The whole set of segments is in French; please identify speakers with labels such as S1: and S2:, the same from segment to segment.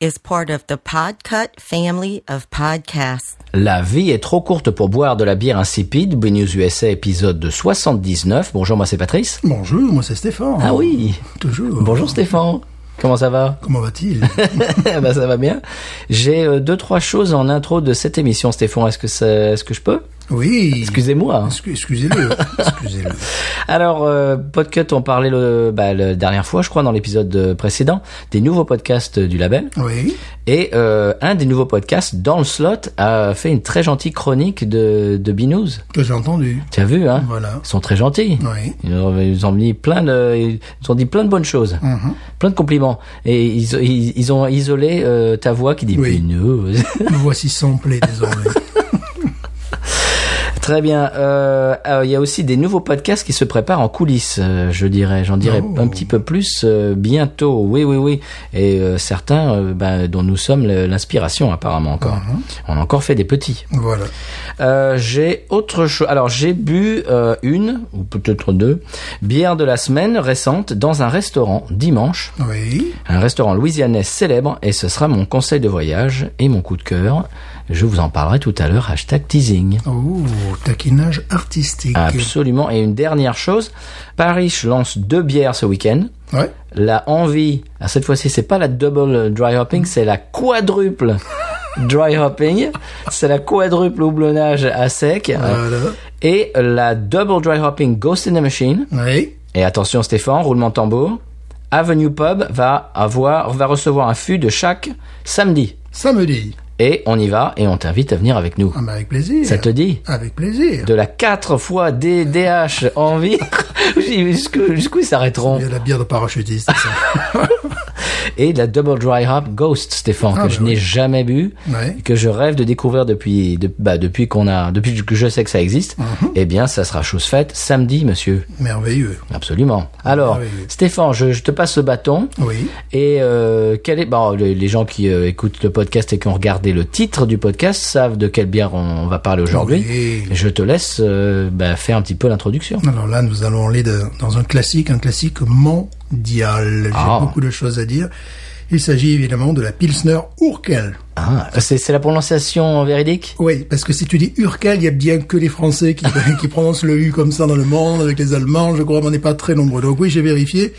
S1: is part of the Podcut family of podcasts.
S2: La vie est trop courte pour boire de la bière insipide. Binous USA épisode de 79. Bonjour, moi c'est Patrice.
S3: Bonjour, moi c'est Stéphane.
S2: Ah oui.
S3: Toujours.
S2: Bonjour Stéphane. Comment ça va
S3: Comment va-t-il
S2: Eh ben, ça va bien. J'ai euh, deux trois choses en intro de cette émission, Stéphane. Est-ce que ça- est-ce que je peux
S3: Oui.
S2: Excusez-moi. hein.
S3: Excu- Excusez-le. Excusez-le.
S2: Alors, euh, Podcut, on parlait le, bah, la dernière fois, je crois, dans l'épisode euh, précédent, des nouveaux podcasts du label.
S3: Oui.
S2: Et euh, un des nouveaux podcasts, dans le slot, a fait une très gentille chronique de, de Binous.
S3: Que j'ai entendu.
S2: Tu as vu, hein
S3: Voilà.
S2: Ils sont très gentils.
S3: Oui.
S2: Ils nous ont, ils nous ont mis plein de, ils nous ont dit plein de bonnes choses,
S3: Mhm.
S2: plein de compliments, et ils, ils, ils ont isolé euh, ta voix qui dit
S3: Oui.
S2: Binous.
S3: Me voici samplé désormais.
S2: Très bien. Euh, alors, il y a aussi des nouveaux podcasts qui se préparent en coulisses, euh, je dirais. J'en dirai
S3: Oh.
S2: un petit peu plus euh, bientôt. Oui, oui, oui. Et euh, certains euh, ben, dont nous sommes le- l'inspiration apparemment encore. On a encore fait des petits.
S3: voilà.
S2: Euh, j'ai autre chose. Alors j'ai bu euh, une ou peut-être deux bières de la semaine récente dans un restaurant dimanche,
S3: Oui.
S2: un restaurant louisianais célèbre. Et ce sera mon conseil de voyage et mon coup de cœur. Je vous en parlerai tout à l'heure. Hashtag teasing.
S3: Oh, taquinage artistique.
S2: Absolument. Et une dernière chose, Paris lance deux bières ce week-end.
S3: Ouais.
S2: La envie, ah, cette fois-ci, c'est pas la double dry hopping, c'est la quadruple dry hopping. C'est la quadruple houblonnage à sec.
S3: Voilà.
S2: Et la double dry hopping Ghost in the Machine.
S3: Oui.
S2: Et attention Stéphane, roulement de tambour. Avenue Pub va avoir, va recevoir un fût de chaque samedi.
S3: Samedi.
S2: Et on y va et on t'invite à venir avec nous.
S3: Ah, mais avec plaisir.
S2: Ça te dit?
S3: Avec plaisir.
S2: de la 4 fois DDH en vie. Jusqu'où jusqu'où ils s'arrêteront
S3: Il y a la bière de parachutiste. ça.
S2: Et de la Double Dry Hop Ghost, Stéphane,
S3: Ah,
S2: que
S3: bah
S2: je n'ai
S3: oui.
S2: jamais bu,
S3: Ouais.
S2: que je rêve de découvrir depuis, de- bah, depuis qu'on a, depuis que je sais que ça existe.
S3: Mhm.
S2: Eh bien, ça sera chose faite samedi, monsieur.
S3: Merveilleux.
S2: Absolument. Alors,
S3: Ah, oui, oui.
S2: Stéphane, je, je te passe le bâton.
S3: Oui.
S2: Et euh, quel est bon, les, les gens qui euh, écoutent le podcast et qui ont regardé le titre du podcast savent de quelle bière on, va parler aujourd'hui.
S3: Oui.
S2: Je te laisse euh, bah, faire un petit peu l'introduction.
S3: Alors là, nous allons aller de- dans un classique, un classique mondial. J'ai
S2: Ah.
S3: beaucoup de choses à dire. Il s'agit évidemment de la Pilsner Urkel.
S2: Ah, c'est c'est la prononciation véridique
S3: Oui, parce que si tu dis Urkel, il y a bien que les Français qui, qui prononcent le U comme ça dans le monde, avec les Allemands, je crois qu'on n'est pas très nombreux. Donc oui, j'ai vérifié.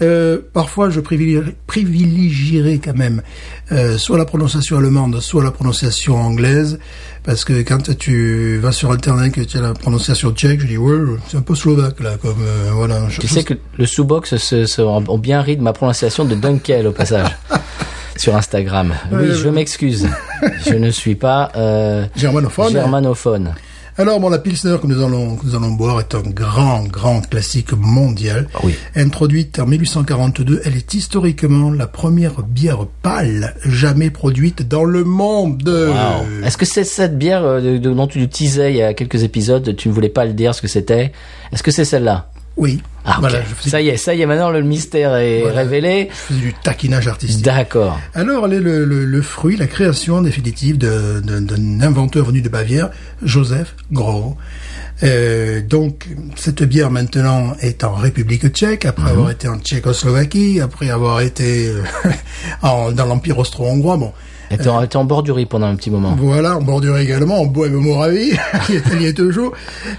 S3: Euh, parfois, je privilégierais, privilégierais quand même euh, soit la prononciation allemande, soit la prononciation anglaise, parce que quand tu vas sur Internet que tu as la prononciation tchèque, je dis ouais, c'est un peu slovaque là, comme euh, voilà.
S2: Tu sais que le sous-box se, se- ont bien ri de ma prononciation de Dunkel au passage. Sur Instagram. Oui,
S3: Ouais,
S2: je m'excuse. Je ne suis pas euh,
S3: Germanophone.
S2: germanophone.
S3: Alors bon, la Pilsner que nous allons, que nous allons boire est un grand, grand classique mondial.
S2: Ah Oui.
S3: Introduite en 1842, elle est historiquement la première bière pâle jamais produite dans le monde.
S2: Wow. Est-ce que c'est cette bière euh, de- de- dont tu teasais il y a quelques épisodes, tu ne voulais pas le dire ce que c'était Est-ce que c'est celle-là
S3: Oui.
S2: Ah, ok.
S3: Voilà, je faisais,
S2: Ça y est, ça y est, maintenant le mystère est
S3: Voilà.
S2: révélé.
S3: je faisais du taquinage artistique.
S2: D'accord.
S3: Alors, elle est le, le- le fruit, la création définitive de- de- d'un inventeur venu de Bavière, Joseph Gros. Euh, donc, cette bière maintenant est en République tchèque, après avoir été en Tchécoslovaquie, après avoir été euh, en- dans l'Empire austro-hongrois. Bon,
S2: Elle était en- elle était en bordurie pendant un petit moment.
S3: voilà, en bordure également, en Bohème Moravie, il est- il y est toujours.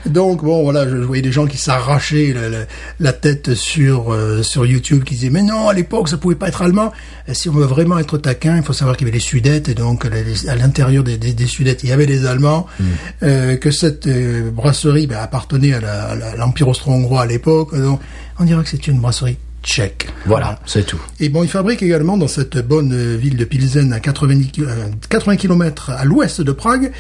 S3: Donc bon, voilà, je, je voyais des gens qui s'arrachaient la, la- la tête sur euh, sur YouTube, qui disaient mais non, à l'époque ça pouvait pas être allemand. Et si on veut vraiment être taquin, il faut savoir qu'il y avait les Sudètes et donc les- les- à l'intérieur des, des, des Sudètes il y avait les Allemands, euh, que cette euh, brasserie ben, appartenait à la- à la- à l'Empire austro-hongrois à l'époque. Donc on dirait que c'était une brasserie tchèque.
S2: Voilà, c'est tout.
S3: Et bon, il fabrique également dans cette bonne euh, ville de Pilsen à 90, ki- euh, 80 km à l'ouest de Prague,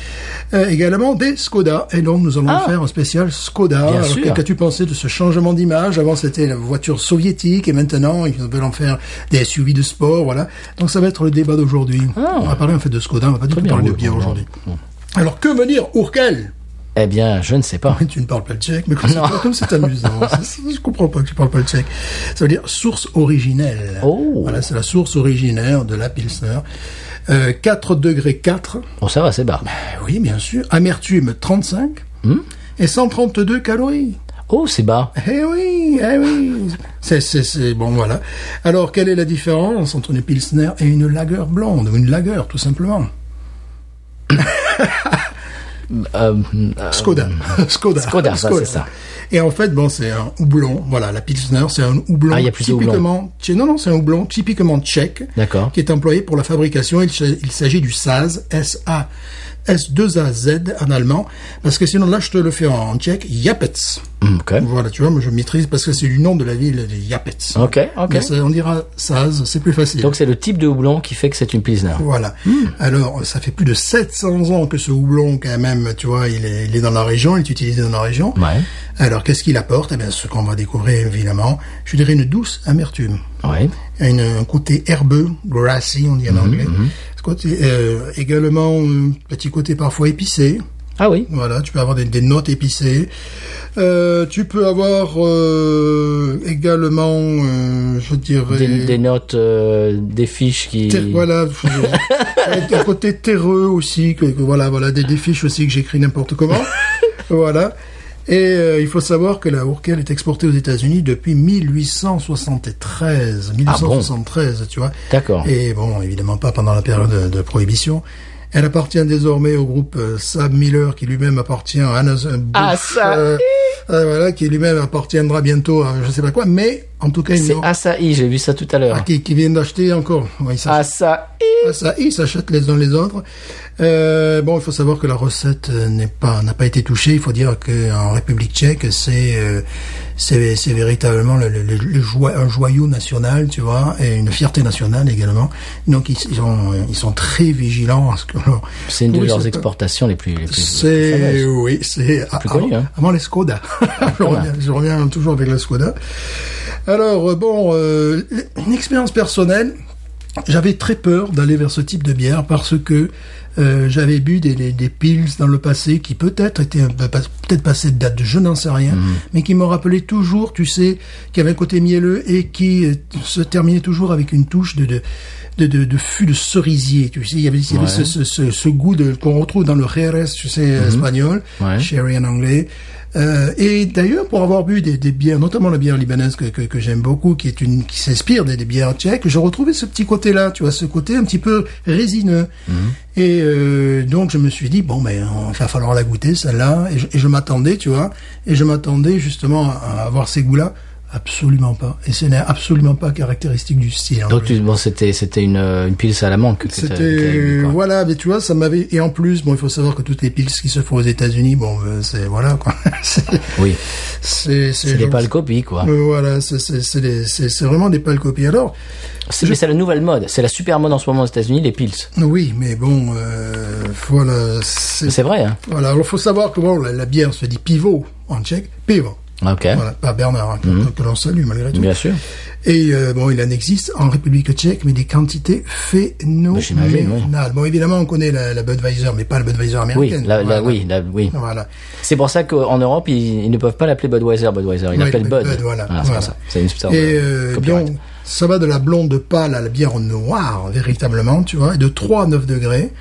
S3: euh, également des Skoda. Et donc nous allons
S2: Ah.
S3: faire un spécial Skoda.
S2: Bien
S3: Alors,
S2: sûr.
S3: que- Qu'as-tu pensé de ce changement d'image Avant c'était la voiture soviétique et maintenant ils veulent en faire des SUV de sport. Voilà. Donc ça va être le débat d'aujourd'hui. On va parler en fait de Skoda, on va pas du tout
S2: Ah. bien,
S3: parler de
S2: oui,
S3: bière
S2: bon,
S3: aujourd'hui.
S2: bon.
S3: Alors que veut dire Urkel
S2: Eh bien, je ne sais pas.
S3: Tu ne parles pas le tchèque, mais comme
S2: Non.
S3: c'est- comme c'est amusant. C'est- je comprends pas que tu parles pas le tchèque. Ça veut dire source originelle.
S2: Oh.
S3: Voilà, c'est la source originaire de la Pilsner. Euh, 4 degrés 4.
S2: Bon, Oh, ça va, c'est bas.
S3: Ah oui, bien sûr. Amertume 35.
S2: Hmm.
S3: Et 132 calories.
S2: Oh, c'est bas.
S3: Eh oui, eh oui. C'est, c'est, c'est, bon, voilà. Alors, quelle est la différence entre une Pilsner et une lager blonde, ou une lager, tout simplement?
S2: Euh,
S3: Skoda. Skoda.
S2: Skoda, ça, c'est ça.
S3: Et en fait, bon, c'est un houblon. Voilà, la Pilsner, c'est un houblon
S2: Ah, il y a plus de houblon.
S3: typiquement, tchè- non, non, c'est un houblon typiquement tchèque.
S2: D'accord.
S3: Qui est employé pour la fabrication. Il, s- il s'agit du Saz, S-A, S2AZ en allemand. Parce que sinon, là, je te le fais en, en tchèque, Yapetz.
S2: hum, ok.
S3: Voilà, tu vois, moi, je maîtrise parce que c'est du nom de la ville de Yapetz.
S2: Ok, Ah, ok.
S3: Mais ça, on dira Saz, c'est plus facile.
S2: Donc, c'est le type de houblon qui fait que c'est une Pilsner.
S3: Voilà.
S2: Hmm.
S3: Alors, ça fait plus de 700 ans que ce houblon, quand même, tu vois, il est, il est dans la région, il est utilisé dans la région.
S2: Ouais.
S3: Alors, qu'est-ce qu'il apporte Eh bien, ce qu'on va découvrir, évidemment, je dirais une douce amertume.
S2: Ouais.
S3: Une, un côté herbeux, grassy, on dit
S2: Mhm,
S3: en anglais. Ce côté, euh, également, un petit côté parfois épicé.
S2: Ah oui.
S3: Voilà, tu peux avoir des, des notes épicées. Euh, tu peux avoir euh, également, euh, je dirais...
S2: Des, des notes, euh, des fiches qui.
S3: Ter- voilà, un côté terreux aussi, que, que voilà, voilà, des, des fiches aussi que j'écris n'importe comment, voilà. Et euh, il faut savoir que la Urkel est exportée aux États-Unis depuis
S2: Ah
S3: 1873, 1873, tu vois.
S2: D'accord.
S3: Et bon, évidemment pas pendant la période de, de prohibition. Elle appartient désormais au groupe euh, Sam Miller, qui lui-même appartient à Anheuser
S2: Ah, ça.
S3: euh, voilà, qui lui-même appartiendra bientôt à je sais pas quoi, mais en tout cas, ils
S2: C'est
S3: l'ont-
S2: Asahi, j'ai vu ça tout à
S3: Ah,
S2: l'heure.
S3: qui, qui viennent d'acheter encore. Oui, ça,
S2: Asahi.
S3: ah, ça, ils s'achètent les uns les autres. Euh, bon, il faut savoir que la recette euh, n'est pas n'a pas été touchée. Il faut dire qu'en République Tchèque, c'est euh, c'est c'est véritablement le, le- le- le joy- un joyau national, tu vois, et une fierté nationale également. Donc ils, ils sont ils sont très vigilants à ce que leur-
S2: C'est une de
S3: Oui,
S2: leurs
S3: c'est-
S2: exportations les plus. les plus- les plus
S3: c'est
S2: fameuses.
S3: oui, c'est ah, avant,
S2: connu, hein.
S3: avant les Skoda. je, reviens, je reviens toujours avec la Skoda. Alors euh, bon, euh, une expérience personnelle. J'avais très peur d'aller vers ce type de bière parce que euh, j'avais bu des, des, des pils dans le passé qui peut-être étaient un peu pas- peut-être passées de date, je n'en sais rien, mais qui me rappelaient toujours, tu sais, qu'il y avait un côté mielleux et qui euh, se terminait toujours avec une touche de de de, de, de fût de cerisier, tu sais, il y avait, il y avait ce, ce, ce, ce goût de- qu'on retrouve dans le Jerez, tu sais, espagnol,
S2: Ouais.
S3: sherry en anglais. Euh, et d'ailleurs, pour avoir bu des, des bières, notamment la bière libanaise que, que, que j'aime beaucoup, qui est une qui s'inspire des, des bières tchèques, je retrouvais ce petit côté-là, tu vois, ce côté un petit peu résineux.
S2: Mhm.
S3: Et euh, donc je me suis dit bon ben il va falloir la goûter celle-là. Et je, et je m'attendais, tu vois, et je m'attendais justement à avoir ces goûts-là. Absolument pas. Et ce n'est absolument pas caractéristique du style. en
S2: Donc
S3: plus.
S2: tu- bon, c'était c'était une euh, une pils à la manque. que t'as- que t'as
S3: C'était euh,
S2: eu, quoi.
S3: voilà, mais tu vois, ça m'avait et en plus, bon, il faut savoir que toutes les piles qui se font aux États-Unis, bon, euh, c'est voilà quoi. c'est
S2: Oui.
S3: c'est
S2: C'est des
S3: genre-
S2: pâles quoi.
S3: Euh, Voilà, c'est c'est c'est des- c'est c'est vraiment des pâles copies. Alors
S2: C'est- Mais c'est la nouvelle mode. C'est la super mode en ce moment aux États-Unis, les pils.
S3: oui, mais bon, euh, voilà, c'est
S2: C'est vrai, hein.
S3: voilà. Alors faut savoir que bon, la, la bière se dit pivot en tchèque, pivot.
S2: Ok.
S3: Voilà, pas Bernard hein, que, que l'on salue malgré tout.
S2: Mhm. Bien sûr.
S3: Et euh, bon, il en existe en République tchèque, mais des quantités
S2: Bah, j'imagine, oui.
S3: phénoménales. Bon, évidemment, on connaît la, la Budweiser, mais pas la Budweiser
S2: Oui,
S3: américaine.
S2: la, la-
S3: Voilà.
S2: oui, la- oui.
S3: Voilà.
S2: C'est pour ça qu'en Europe, ils, ils ne peuvent pas l'appeler Budweiser, Budweiser. Ils
S3: Ouais,
S2: l'appellent
S3: ils
S2: Bud. Ah,
S3: l'appellent Bud, voilà.
S2: c'est
S3: Voilà.
S2: pour ça. C'est une sorte de
S3: Et euh,
S2: copyright.
S3: donc, ça va de la blonde pâle à la bière noire, véritablement, tu vois, et de 3 à 9 degrés.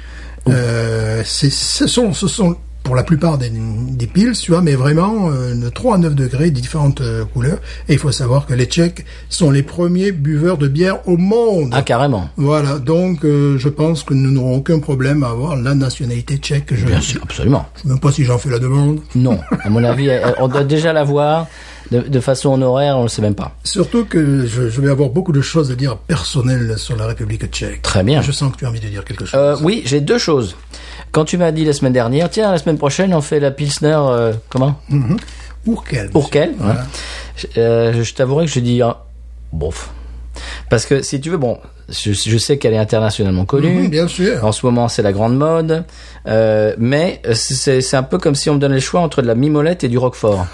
S3: Euh, c'est- ce, sont, ce sont pour la plupart des, des piles, tu vois, mais vraiment euh, de 3 à 9 degrés, différentes euh, couleurs. Et il faut savoir que les Tchèques sont les premiers buveurs de bière au monde.
S2: Ah, carrément.
S3: Voilà, donc euh, je pense que nous n'aurons aucun problème à avoir la nationalité tchèque. Je ne
S2: Bien
S3: sais
S2: sûr, absolument.
S3: même pas si j'en fais la demande.
S2: Non. À mon avis, euh, on doit déjà l'avoir de, de façon honoraire, on ne le sait même pas.
S3: Surtout que je, je vais avoir beaucoup de choses à dire personnelles sur la République tchèque.
S2: Très bien.
S3: Je sens que tu as envie de dire quelque chose.
S2: Euh, oui, j'ai deux choses. Quand tu m'as dit la semaine dernière, tiens, la semaine prochaine, on fait la Pilsner, euh, comment
S3: Urkel.
S2: Urkel. hein. Je, euh, je t'avouerai que je dis, ah, bof. Parce que si tu veux, bon, je, je sais qu'elle est internationalement connue.
S3: Mhm, bien sûr.
S2: En ce moment, c'est la grande mode. Euh, mais c'est- c'est c'est un peu comme si on me donnait le choix entre de la mimolette et du roquefort.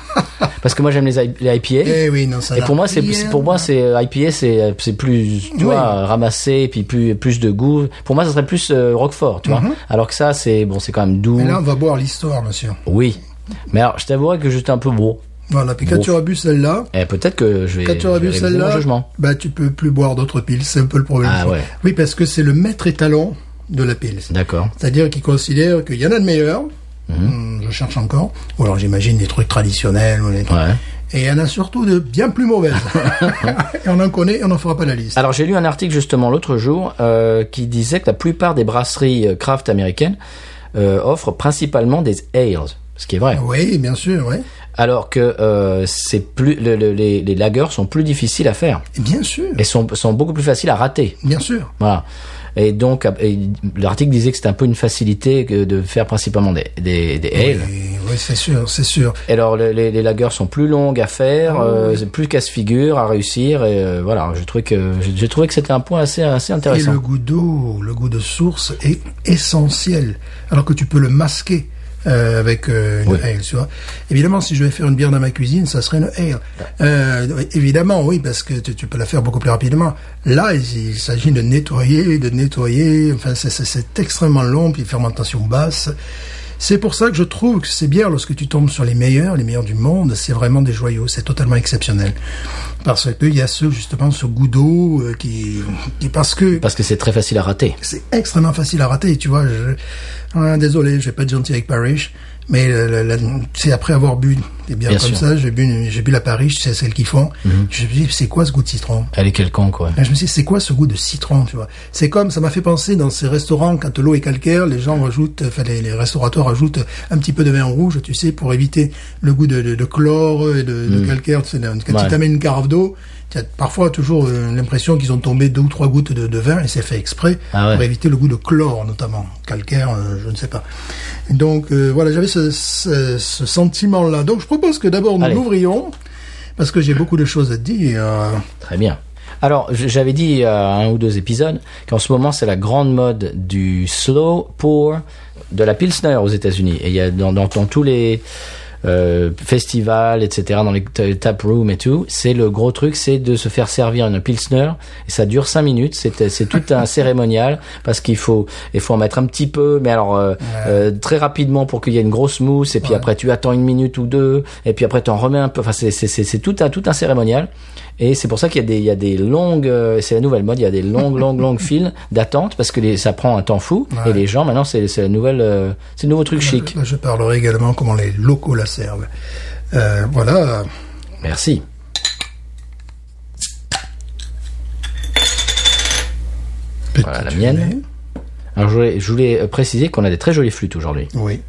S2: Parce que moi, j'aime les, I- les IPA.
S3: Eh oui, non, ça
S2: Et
S3: n'a
S2: pour moi, c'est
S3: rien
S2: pour moi, c'est euh, IPA, c'est euh, c'est plus, tu
S3: Oui.
S2: vois, ramassé, et puis plus plus de goût. Pour moi, ça serait plus euh, Roquefort, tu vois. Alors que ça, c'est bon, c'est quand même doux.
S3: Mhm. Mais là, on va boire l'histoire, monsieur.
S2: Oui. Mais alors, je t'avouerais que j'étais un peu bon.
S3: Voilà, puis quand
S2: Bon.
S3: tu auras bu celle-là,
S2: Et peut-être que je vais.
S3: quand tu auras
S2: je vais
S3: bu
S2: réviser mon
S3: celle-là,
S2: jugement.
S3: bah, tu peux plus boire d'autres piles. C'est un peu le problème.
S2: Ah ouais.
S3: Oui, parce que c'est le maître étalon de la pile.
S2: D'accord.
S3: C'est-à-dire qu'ils considèrent qu'il y en a de meilleurs.
S2: Mhm.
S3: Hum, Je cherche encore. Ou alors j'imagine des trucs traditionnels. Ou des trucs.
S2: Ouais.
S3: Et il y en a surtout de bien plus mauvaises. et on en connaît, on n'en fera pas la liste.
S2: Alors j'ai lu un article justement l'autre jour euh, qui disait que la plupart des brasseries euh, craft américaines euh, offrent principalement des ales, ce qui est vrai.
S3: Oui, bien sûr, oui.
S2: Alors que euh, c'est plus le- le- les, les lagers sont plus difficiles à faire
S3: Et Bien sûr,
S2: et sont, sont beaucoup plus faciles à rater.
S3: bien sûr.
S2: Voilà. Et donc euh, et l'article disait que c'était un peu une facilité que de faire principalement des, des, des ales.
S3: Oui, oui, c'est sûr, c'est sûr.
S2: Et alors les, les, les lagers sont plus longues à
S3: Ah
S2: faire, euh, c'est plus casse-figure à réussir. Et euh, voilà, je trouvais que j'ai j'ai trouvé que c'était un point assez assez
S3: Et
S2: intéressant.
S3: le goût d'eau, le goût de source est essentiel, alors que tu peux le masquer euh, avec euh, une
S2: Oui.
S3: ale, tu vois. Évidemment, si je vais faire une bière dans ma cuisine, ça serait une ale. Euh, oui, évidemment, oui, parce que tu, tu peux la faire beaucoup plus rapidement. Là, il, il s'agit de nettoyer, de nettoyer, enfin, c'est- c'est- c'est extrêmement long, puis fermentation basse. C'est pour ça que je trouve que ces bières, lorsque tu tombes sur les meilleurs, les meilleurs du monde, c'est vraiment des joyaux, c'est totalement exceptionnel. Parce qu'il y a ce, justement, ce goût d'eau euh, qui, qui, parce que
S2: Parce que c'est très facile à rater.
S3: c'est extrêmement facile à rater, tu vois. Je... Ah, désolé, je vais pas être gentil avec Parrish, mais euh, la- la- c'est après avoir bu des bières
S2: Bien
S3: comme
S2: sûr. Mhm.
S3: ça, j'ai bu, une- j'ai bu la Parrish, c'est celle qu'ils font. Je me suis dit, c'est quoi ce goût de citron
S2: Elle est quelconque, ouais.
S3: Là, je me suis dit, c'est quoi ce goût de citron, tu vois C'est comme, ça m'a fait penser dans ces restaurants, quand l'eau est calcaire, les gens rajoutent, enfin, les, les restaurateurs rajoutent un petit peu de vin rouge, tu sais, pour éviter le goût de, de- de chlore et de, de calcaire. Tu sais, dans- quand
S2: Mm. Ouais.
S3: tu t'amènes une carafe d'eau, tu as parfois toujours euh, l'impression qu'ils ont tombé deux ou trois gouttes de, de vin, et c'est fait exprès,
S2: Ah ouais.
S3: pour éviter le goût de chlore, notamment. Calcaire, euh, je ne sais pas. Donc, euh, voilà, j'avais ce, ce- ce sentiment-là. Donc, je propose que d'abord nous
S2: Allez.
S3: l'ouvrions, parce que j'ai beaucoup de choses à dire.
S2: Très bien. Alors, j- j'avais dit il y a un ou deux épisodes qu'en ce moment, c'est la grande mode du slow pour de la Pilsner aux États-Unis. Et il y a dans, dans- dans tous les euh, festivals, etc., dans les t- tap rooms et tout, c'est le gros truc, c'est de se faire servir une Pilsner. Et ça dure cinq minutes. C'est c'est tout un cérémonial parce qu'il faut, il faut en mettre un petit peu, mais alors euh, euh, très rapidement pour qu'il y ait une grosse mousse. Et puis après, tu attends une minute ou deux. Et puis après, tu en remets un peu. Enfin, c'est- c'est c'est- c'est tout un, tout un cérémonial. Et c'est pour ça qu'il y a des, il y a des longues, euh, c'est la nouvelle mode, il y a des longues, longues, longues files d'attente parce que les, ça prend un temps fou.
S3: Ouais.
S2: Et les gens, maintenant, c'est, c'est la nouvelle, euh, c'est le nouveau truc chic.
S3: Là, Eh ben, je parlerai également comment les locaux la servent. Euh, voilà.
S2: Merci. Voilà, la
S3: Petite
S2: mienne.
S3: fumée.
S2: Alors, je voulais, je voulais euh, préciser qu'on a des très jolies flûtes aujourd'hui.
S3: Oui.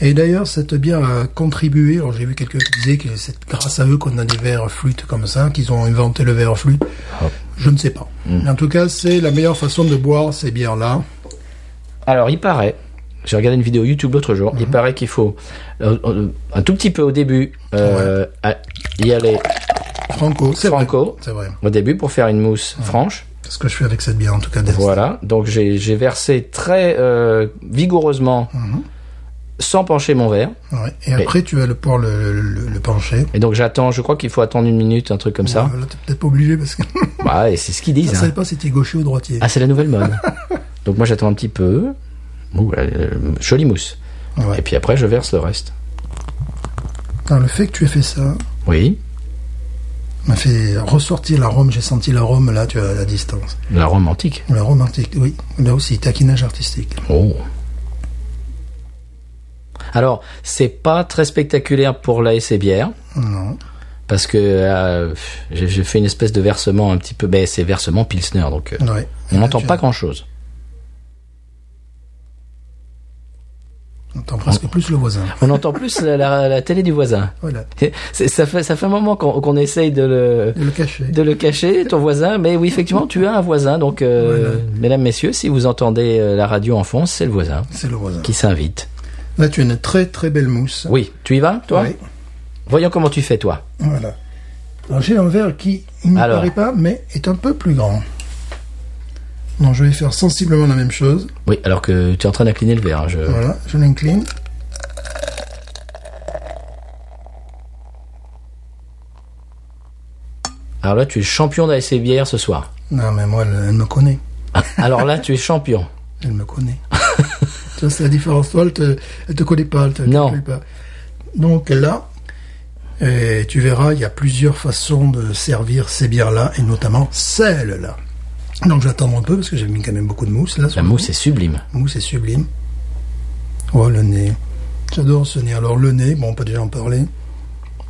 S3: Et d'ailleurs, cette bière a contribué. Alors, j'ai vu quelqu'un qui disait que c'est grâce à eux qu'on a des verres flûtes comme ça, qu'ils ont inventé le verre flûte.
S2: Ah.
S3: Je ne sais pas.
S2: Hmm.
S3: Mais en tout cas, c'est la meilleure façon de boire ces bières-là.
S2: Alors, il paraît, j'ai regardé une vidéo YouTube l'autre jour,
S3: Mhm.
S2: il paraît qu'il faut, euh, euh, un tout petit peu au début, euh, à- y aller
S3: Franco, c'est vrai.
S2: franco,
S3: C'est vrai.
S2: au début pour faire une mousse franche.
S3: C'est ce que je fais avec cette bière, en tout cas. d'Est.
S2: Voilà, donc j'ai j'ai versé très euh, vigoureusement,
S3: Mhm.
S2: sans pencher mon verre.
S3: Ouais. Et après, tu vas le pouvoir le, le, le pencher.
S2: Et donc j'attends, je crois qu'il faut attendre une minute, un truc comme ça.
S3: Euh, Là, t'es peut-être pas obligé parce que
S2: Bah, et c'est ce qu'ils
S3: je
S2: disent.
S3: ne
S2: hein.
S3: savais pas si t'es gaucher ou droitier.
S2: Ah, c'est la nouvelle mode. donc moi j'attends un petit peu. Ouh, là, euh, jolie mousse.
S3: Ouais.
S2: Et puis après je verse le reste.
S3: Putain, le fait que tu aies fait ça,
S2: Oui,
S3: m'a fait ressortir l'arôme, j'ai senti l'arôme là, tu vois, à la distance.
S2: la romantique.
S3: La romantique, oui, là aussi, taquinage artistique.
S2: Oh. Alors, c'est pas très spectaculaire pour la SC bière.
S3: Non.
S2: Parce que euh, j'ai j'ai fait une espèce de versement un petit peu. Ben, c'est versement Pilsner, donc euh,
S3: Ouais.
S2: on n'entend
S3: Tu-
S2: pas grand chose.
S3: On entend presque plus le voisin.
S2: On entend plus la, la- la télé du voisin.
S3: Voilà.
S2: C'est- Ça fait, ça fait un moment qu'on qu'on essaye de le,
S3: De le cacher.
S2: de le cacher, ton voisin. Mais oui, effectivement, tu as un voisin. Donc, euh, mesdames, messieurs, si vous entendez euh, la radio en fond, c'est le voisin
S3: C'est le voisin.
S2: qui s'invite.
S3: Là, tu as une très très belle mousse.
S2: Oui, tu y vas, toi
S3: Oui,
S2: Voyons comment tu fais, toi.
S3: Voilà. Alors, j'ai un verre qui, il ne me
S2: Alors.
S3: paraît pas, mais est un peu plus grand. Non, je vais faire sensiblement la même chose.
S2: Oui, alors que tu es en train d'incliner le verre. hein, je...
S3: Voilà, je l'incline.
S2: Alors là, tu es champion d'ASC Bière ce soir.
S3: Non, mais moi, elle, elle me connaît.
S2: Alors là, tu es champion.
S3: Elle me connaît. tu vois, c'est la différence. Toi, elle te, elle te connaît pas. Elle te
S2: Non.
S3: calcule pas. Donc là, euh, tu verras, il y a plusieurs façons de servir ces bières-là, et notamment celle-là. Donc j'attends un peu, parce que j'ai mis quand même beaucoup de mousse. Là, sur
S2: La
S3: le
S2: mousse est sublime.
S3: Ouh, c'est sublime. Oh, le nez. J'adore ce nez. Alors, le nez, bon, on peut déjà en parler.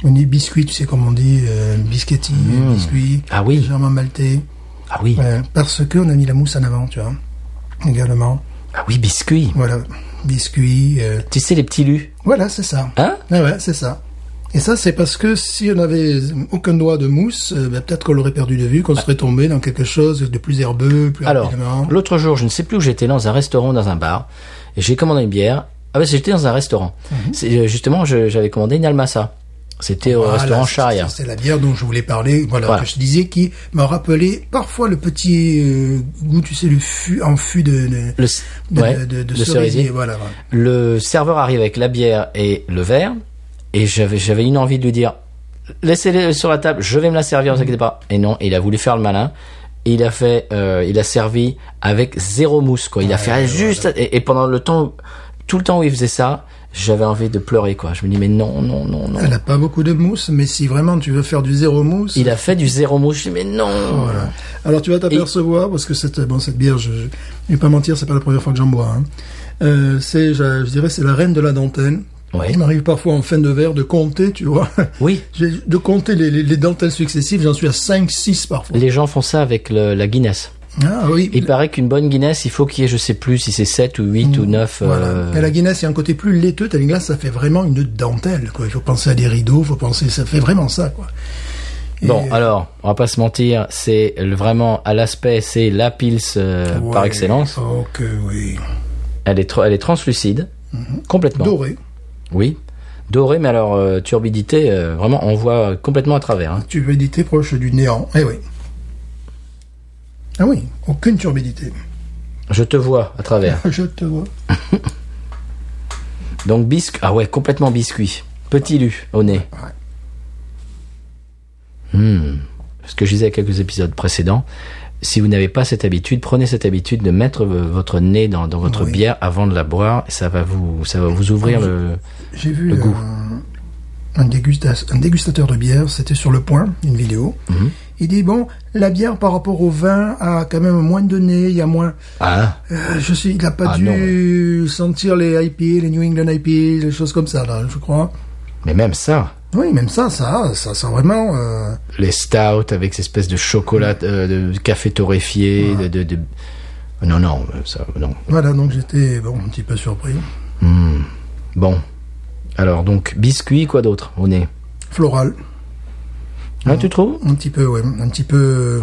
S3: Le nez biscuit, tu sais comment on dit, euh, bisquetti, biscuit.
S2: Ah oui.
S3: Légèrement maltais.
S2: Ah oui.
S3: Ouais, parce qu'on a mis la mousse en avant, tu vois. Également.
S2: Ah oui, biscuit.
S3: Voilà. Biscuit. euh,
S2: Tu sais, les petits lus.
S3: Voilà, c'est ça.
S2: Hein
S3: Ah ouais, c'est ça. Et ça, c'est parce que si on n'avait aucun doigt de mousse, euh, ben, peut-être qu'on l'aurait perdu de vue, qu'on serait tombé dans quelque chose de plus herbeux, plus
S2: Ah. Alors,
S3: rapidement.
S2: l'autre jour, je ne sais plus où j'étais, dans un restaurant, dans un bar, et j'ai commandé une bière. Ah ouais, j'étais dans un restaurant.
S3: Mhm.
S2: C'est, euh, Justement, je- j'avais commandé une almassa. C'était au
S3: Voilà,
S2: restaurant
S3: Ah, c'est-
S2: Charia.
S3: C'est la bière dont je voulais parler, voilà,
S2: Voilà.
S3: que je disais, qui m'a rappelé parfois le petit euh, goût, tu sais, le fût, en fût de, de,
S2: Le, c-
S3: de-
S2: ouais,
S3: de- de- de
S2: le cerisier.
S3: Voilà, voilà.
S2: Le serveur arrive avec la bière et le verre, et j'avais, j'avais une envie de lui dire, laissez-les sur la table, je vais me la servir, ne vous inquiétez pas. Et non, il a voulu faire le malin. Et Il a fait, euh, il a servi avec zéro mousse, quoi. Il a fait juste, et, et pendant le temps, tout le temps où il faisait ça, j'avais envie de pleurer, quoi. Je me dis, mais non, non, non, non.
S3: Elle n'a pas beaucoup de mousse, mais si vraiment tu veux faire du zéro mousse,
S2: Il a fait du zéro mousse, je dis, mais non.
S3: Oh, voilà. Alors tu vas t'apercevoir, parce que cette, bon, cette bière, je, je- je vais pas mentir, c'est pas la première fois que j'en bois. hein. Euh, c'est, je, je dirais, c'est la reine de la dentelle.
S2: Ouais.
S3: Il m'arrive parfois en fin de verre de compter, tu vois.
S2: Oui.
S3: J'ai- de compter les, les, les dentelles successives, j'en suis à 5, 6 parfois.
S2: Les gens font ça avec le- la Guinness.
S3: Ah oui.
S2: Il paraît qu'une bonne Guinness, il faut qu'il y ait, je sais plus si c'est 7 ou 8 ou euh, 9.
S3: Mmh. Voilà. Et la Guinness, il y a un côté plus laiteux. T'as une glace, ça fait vraiment une dentelle. Quoi. Il faut penser à des rideaux, faut penser, ça fait vraiment ça. Quoi. Et-
S2: Bon, alors, on va pas se mentir, c'est le- vraiment à l'aspect, c'est la pils euh,
S3: Ouais.
S2: par excellence.
S3: Oh que oui.
S2: Elle est, tra- elle est translucide,
S3: Mhm.
S2: complètement.
S3: Doré.
S2: Oui, dorée, mais alors euh, turbidité, euh, vraiment, on voit complètement à travers. hein.
S3: Tu veux éditer proche du néant. Eh oui. Ah oui, aucune turbidité.
S2: Je te vois à travers.
S3: Je te vois.
S2: Donc biscuit, ah ouais, complètement biscuit, petit lu au nez. Hmm. Ce que je disais à quelques épisodes précédents, si vous n'avez pas cette habitude, prenez cette habitude de mettre v- votre nez dans, dans votre
S3: Oui.
S2: bière avant de la boire, et ça va vous, ça va vous ouvrir le.
S3: J'ai vu
S2: Le goût.
S3: un, un dégusta- un dégustateur de bière, c'était sur le point, une vidéo. Il dit, bon, la bière par rapport au vin a quand même moins de nez, il y a moins...
S2: Ah.
S3: Euh, Je sais, il n'a pas
S2: Ah,
S3: dû sentir les IPA, les New England IPA, les choses comme ça, là, je crois.
S2: Mais même ça,
S3: Oui, même ça, ça, ça sent vraiment. euh,
S2: les stouts avec cette espèce de chocolat, euh, de café torréfié, de, de- de- non non, euh, ça non.
S3: Voilà, donc j'étais bon un petit peu surpris.
S2: Bon, alors donc biscuit, quoi d'autre au nez
S3: Floral,
S2: Hein, tu trouves
S3: un petit peu, ouais, un petit peu. euh,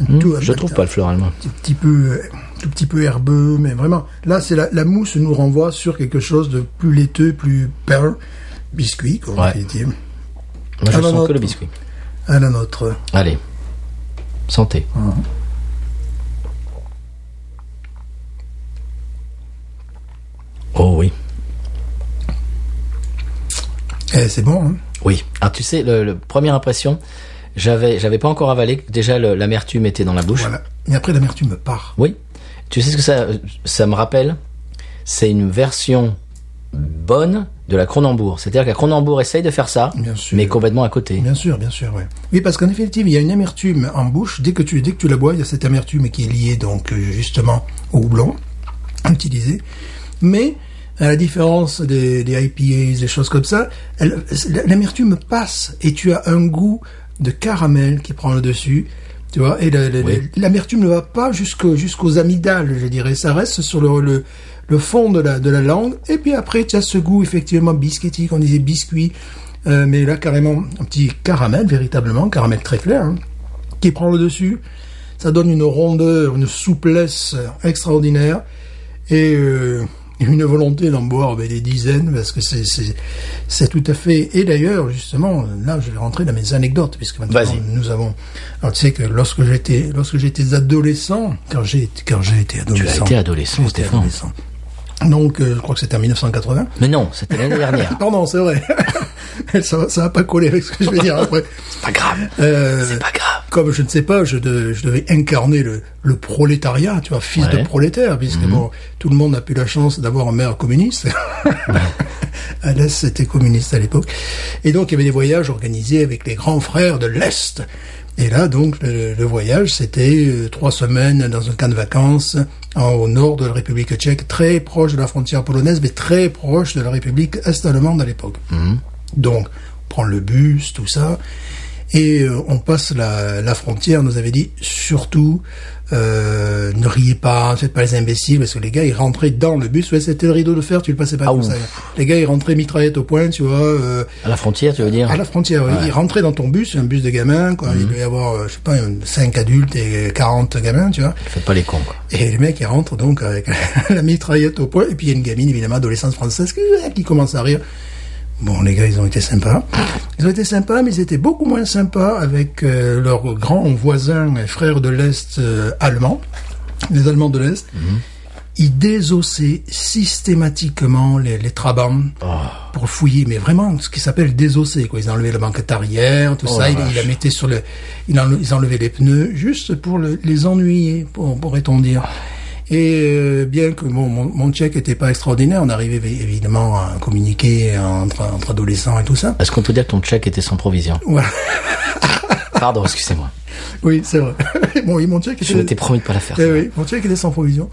S3: un tout-
S2: Hmm, Je
S3: un
S2: trouve pas le floral moi.
S3: Petit, petit peu, euh, tout petit peu herbeux, mais vraiment. Là, c'est la, la mousse nous renvoie sur quelque chose de plus laiteux, plus pain, biscuit, comme
S2: Ouais.
S3: on dit.
S2: Moi, je
S3: Ah, non,
S2: sens
S3: non,
S2: que le
S3: non.
S2: biscuit.
S3: À la nôtre.
S2: Allez, santé. Oh oui,
S3: Eh, c'est bon, hein.
S2: oui. Ah, tu sais, le, le- première impression, j'avais, j'avais pas encore avalé. Déjà, le- l'amertume était dans la bouche.
S3: Voilà. Et après, l'amertume part.
S2: Oui. Tu sais ce que ça, ça me rappelle C'est une version bonne de la Cronenbourg. C'est-à-dire que la Cronenbourg essaye de faire ça,
S3: Bien sûr.
S2: mais complètement à côté.
S3: Bien sûr, bien sûr, ouais. Oui, parce qu'en effet, il y a une amertume en bouche. Dès que tu, dès que tu la bois, il y a cette amertume qui est liée, donc, euh, justement, au houblon utilisé. Mais, à la différence des, des IPAs, des choses comme ça, elle- l'amertume passe et tu as un goût de caramel qui prend le dessus. Tu vois, et le- le-
S2: Oui.
S3: l'amertume ne va pas jusqu'au- jusqu'aux amygdales, je dirais. Ça reste sur le, le, le fond de la, de la langue. Et puis après, tu as ce goût, effectivement, biscuitique. On disait biscuit. Euh, mais là, carrément, un petit caramel, véritablement, caramel très clair, hein, qui prend le dessus. Ça donne une rondeur, une souplesse extraordinaire et euh, une volonté d'en boire ben, des dizaines parce que c'est c'est c'est tout à fait et d'ailleurs justement là je vais rentrer dans mes anecdotes puisque maintenant
S2: Vas-y.
S3: nous avons alors tu sais que lorsque j'étais lorsque j'étais adolescent quand j'ai quand j'ai été adolescent
S2: été adolescent,
S3: j'étais
S2: Stéphane.
S3: adolescent. donc euh, je crois que c'était en 1980
S2: Mais non, c'était l'année dernière.
S3: pardon c'est vrai ça, va- ça va pas coller avec ce que je vais dire après.
S2: C'est pas grave.
S3: Euh,
S2: C'est pas grave.
S3: comme je ne sais pas, je, de- je devais incarner le, le prolétariat, tu vois, fils
S2: Ouais.
S3: de prolétaire, puisque bon, tout le monde n'a plus la chance d'avoir un maire communiste. à l'Est, c'était communiste à l'époque. Et donc, il y avait des voyages organisés avec les grands frères de l'Est. Et là, donc, le, le voyage, c'était euh, trois semaines dans un camp de vacances en- au nord de la République tchèque, très proche de la frontière polonaise, mais très proche de la République est-allemande à l'époque. Donc, on prend le bus, tout ça. Et euh, on passe la, la frontière, on nous avait dit surtout euh, ne riez pas, ne faites pas les imbéciles, parce que les gars ils rentraient dans le bus, ouais, c'était le rideau de fer, tu le passais pas
S2: Ah,
S3: comme
S2: ouf.
S3: ça. Les gars ils rentraient mitraillette au point, tu vois, euh,
S2: À la frontière, tu veux dire
S3: à la frontière, oui. ils rentraient dans ton bus, un bus de gamins, quoi.
S2: Mhm.
S3: il devait y avoir, euh, je sais pas, 5 adultes et 40 gamins, tu vois.
S2: Faites pas les cons, quoi.
S3: Et le mec, il rentre donc avec la mitraillette au poing. Et puis il y a une gamine, évidemment, adolescente française, qui commence à rire. Bon, les gars, ils ont été sympas. Ils ont été sympas, mais ils étaient beaucoup moins sympas avec euh, leurs grands voisins et frères de l'Est euh, allemands, les Allemands de l'Est. Ils désossaient systématiquement les, les trabants pour fouiller, mais vraiment ce qui s'appelle désosser. Quoi. Ils enlevaient la banquette arrière, tout ça.
S2: la
S3: Ils, ils la mettaient sur le, ils, enle- ils enlevaient les pneus juste pour le- les ennuyer, pour- pourrait-on dire. Et euh, bien que mon, mon, mon tchèque était pas extraordinaire, on arrivait évi- évidemment à communiquer entre, entre adolescents et tout ça.
S2: Est-ce qu'on peut dire que ton chèque était sans provision
S3: Voilà.
S2: Pardon, excusez-moi.
S3: Oui, c'est vrai. bon, oui, mon tchèque
S2: Je
S3: était...
S2: m'étais promis de pas la faire.
S3: Eh
S2: ça.
S3: oui, mon tchèque était sans provision.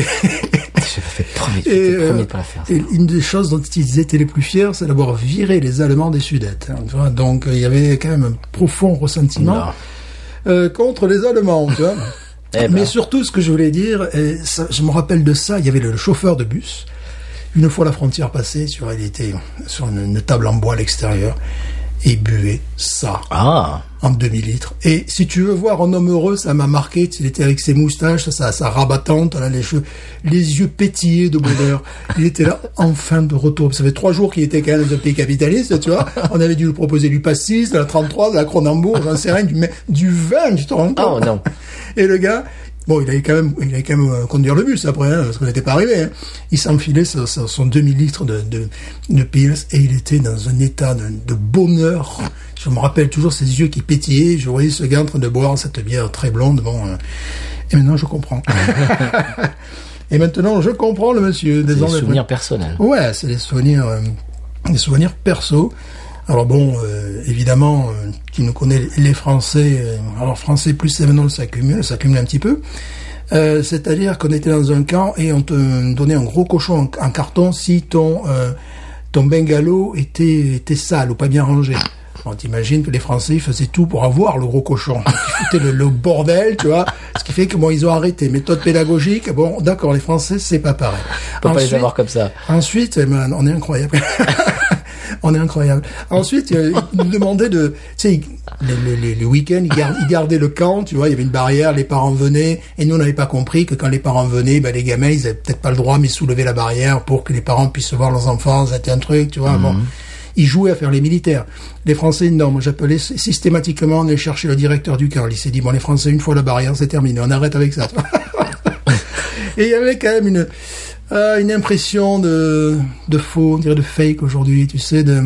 S2: Je m'étais promis, je
S3: Et,
S2: m'étais promis
S3: euh,
S2: de pas la faire. ça.
S3: et une des choses dont ils étaient les plus fiers, c'est d'avoir viré les Allemands des Sudètes. hein, tu vois. Donc euh, il y avait quand même un profond ressentiment
S2: Non.
S3: euh, contre les Allemands. Tu vois.
S2: Eh ben.
S3: Mais surtout, ce que je voulais dire, et ça, je me rappelle de ça, il y avait le, le chauffeur de bus. Une fois la frontière passée, sur, il était sur une, une table en bois à l'extérieur et il buait ça
S2: Ah,
S3: en demi litres. Et si tu veux voir un homme heureux, ça m'a marqué. Il était avec ses moustaches, sa, sa rabattante, là, les cheveux, les yeux pétillés de bonheur. Il était là, enfin de retour. Ça fait trois jours qu'il était quand même dans un pays capitaliste, tu vois. On avait dû lui proposer du pastis, de la 33, de la Cronenbourg, j'en sais rien, du, mais du vin, tu te rends compte.
S2: Oh, non.
S3: Et le gars, bon, il allait quand même, il allait quand même euh, conduire le bus après, hein, parce qu'on n'était pas arrivé. hein. Il s'enfilait son, son, son demi litre de, de, de Pils et il était dans un état de, de bonheur. Je me rappelle toujours ses yeux qui pétillaient. Je voyais ce gars en train de boire cette bière très blonde. Bon, euh, et maintenant je comprends. et maintenant je comprends le monsieur.
S2: des
S3: désormais.
S2: souvenirs personnels.
S3: Ouais, c'est des souvenirs, euh, des souvenirs perso. Alors bon, euh, évidemment, euh, qui nous connaît les Français, euh, alors Français plus c'est maintenant s'accumule, s'accumule un petit peu. Euh, C'est-à-dire qu'on était dans un camp et on te donnait un gros cochon en, en carton si ton euh, ton bungalow était était sale ou pas bien rangé. On t'imagine que les Français ils faisaient tout pour avoir le gros cochon. Ils foutaient le, le bordel, tu vois. Ce qui fait que bon, ils ont arrêté. Méthode pédagogique. Bon, d'accord, les Français, c'est pas pareil.
S2: On peut pas les
S3: Ensuite-
S2: avoir comme ça.
S3: Ensuite, eh ben, on est incroyable. on est incroyable. Ensuite, euh, ils nous demandaient de, tu sais, le, le- le- le week-end, ils, gar- ils gardaient le camp, tu vois, il y avait une barrière, les parents venaient, et nous on n'avait pas compris que quand les parents venaient, ben, les gamins, ils avaient peut-être pas le droit, mais ils soulevaient la barrière pour que les parents puissent voir leurs enfants, c'était un truc, tu vois, bon. Ils jouaient à faire les militaires. Les Français, non. Moi, j'appelais systématiquement, on allait chercher le directeur du camp. Il s'est dit, bon, les Français, une fois la barrière, c'est terminé. On arrête avec ça. Et il y avait quand même une, euh, une impression de, de faux, on dirait de fake aujourd'hui, tu sais, de...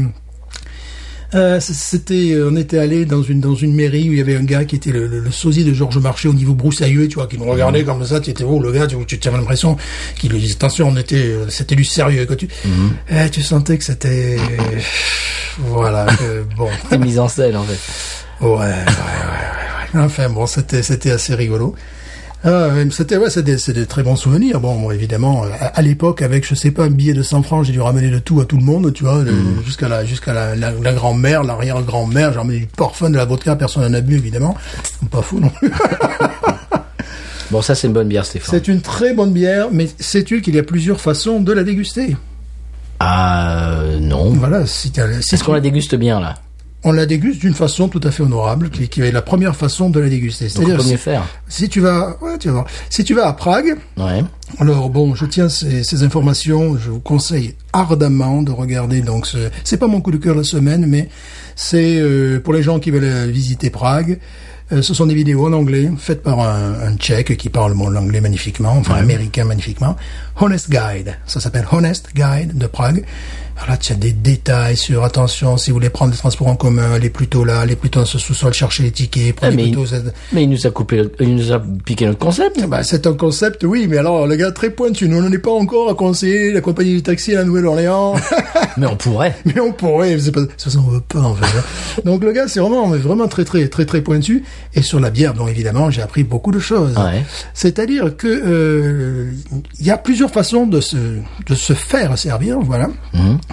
S3: Euh, c- c'était, euh, on était allé dans une dans une mairie où il y avait un gars qui était le, le, le sosie de Georges Marchais au niveau broussailleux, tu vois, qui nous regardait comme ça, tu étais oh le gars, tu, tu avais l'impression qu'il lui disait attention, on était, euh, c'était du sérieux, que tu, Eh, tu sentais que c'était, voilà, que, bon,
S2: C'est mise en scène, en fait.
S3: Ouais, ouais, ouais, ouais, ouais. Enfin bon, c'était c'était assez rigolo. Ah, ouais, mais c'était ouais, c'était c'est des très bons souvenirs. Bon, moi, évidemment, à, à l'époque, avec je sais pas un billet de 100 francs, j'ai dû ramener de tout à tout le monde, tu vois, de- jusqu'à la jusqu'à la, la, la grand-mère, l'arrière-grand-mère. J'ai ramené du parfum, de la vodka, personne n'en a bu évidemment. Pas fou non plus.
S2: Bon, ça, c'est une bonne bière, Stéphane.
S3: C'est une très bonne bière, mais sais-tu qu'il y a plusieurs façons de la déguster
S2: Ah, euh, non.
S3: Voilà, si, t'as- si
S2: Est-ce qu'on la déguste bien, là
S3: on la déguste d'une façon tout à fait honorable, qui, qui est la première façon de la déguster.
S2: Donc, on
S3: C'est-à-dire
S2: peut mieux
S3: si,
S2: faire.
S3: si tu vas, ouais, tu vas voir. si tu vas à Prague.
S2: Ouais.
S3: Alors bon, je tiens ces, ces informations. Je vous conseille ardemment de regarder. Donc, ce, c'est pas mon coup de cœur la semaine, mais c'est euh, pour les gens qui veulent euh, visiter Prague. Euh, ce sont des vidéos en anglais faites par un, un tchèque qui parle mon anglais magnifiquement, enfin américain magnifiquement. Honest Guide, ça s'appelle Honest Guide de Prague. Alors là, tu as des détails sur attention si vous voulez prendre les transports en commun, allez plutôt là, allez plutôt dans ce sous-sol chercher les tickets, prenez
S2: mais, il,
S3: plutôt cette-
S2: mais il nous a coupé, le- il nous a piqué notre concept.
S3: bah, c'est un concept, oui, mais alors le gars très pointu. Nous, on n'en est pas encore à conseiller la compagnie du taxi à la Nouvelle-Orléans,
S2: Mais on pourrait.
S3: mais on pourrait. C'est pas, c'est ça, on veut pas en fait. hein. Donc le gars, c'est vraiment, vraiment très, très, très, très pointu. Et sur la bière, bon, évidemment, j'ai appris beaucoup de choses.
S2: Ouais.
S3: C'est-à-dire que euh, il y a plusieurs façons de se, de se faire servir, voilà,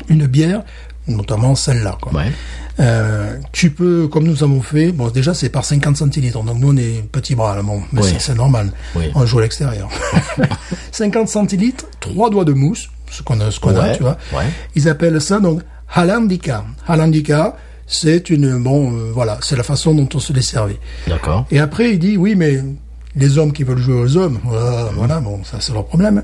S3: une bière, notamment celle-là. Quoi.
S2: Mmh. Ouais.
S3: Euh, tu peux, comme nous avons fait, bon déjà c'est par 50 centilitres, donc nous on est petit bras là, bon, mais
S2: Oui.
S3: c'est- c'est normal,
S2: Oui.
S3: on joue à l'extérieur. 50 centilitres, trois doigts de mousse, ce qu'on a, ce qu'on a,
S2: Ouais,
S3: tu vois.
S2: ouais.
S3: Ils appellent ça donc Halandika. Halandika, c'est une, bon, euh, voilà, c'est la façon dont on se les servait.
S2: D'accord.
S3: Et après, il dit, oui, mais les hommes qui veulent jouer aux hommes, voilà, voilà, bon, ça c'est leur problème.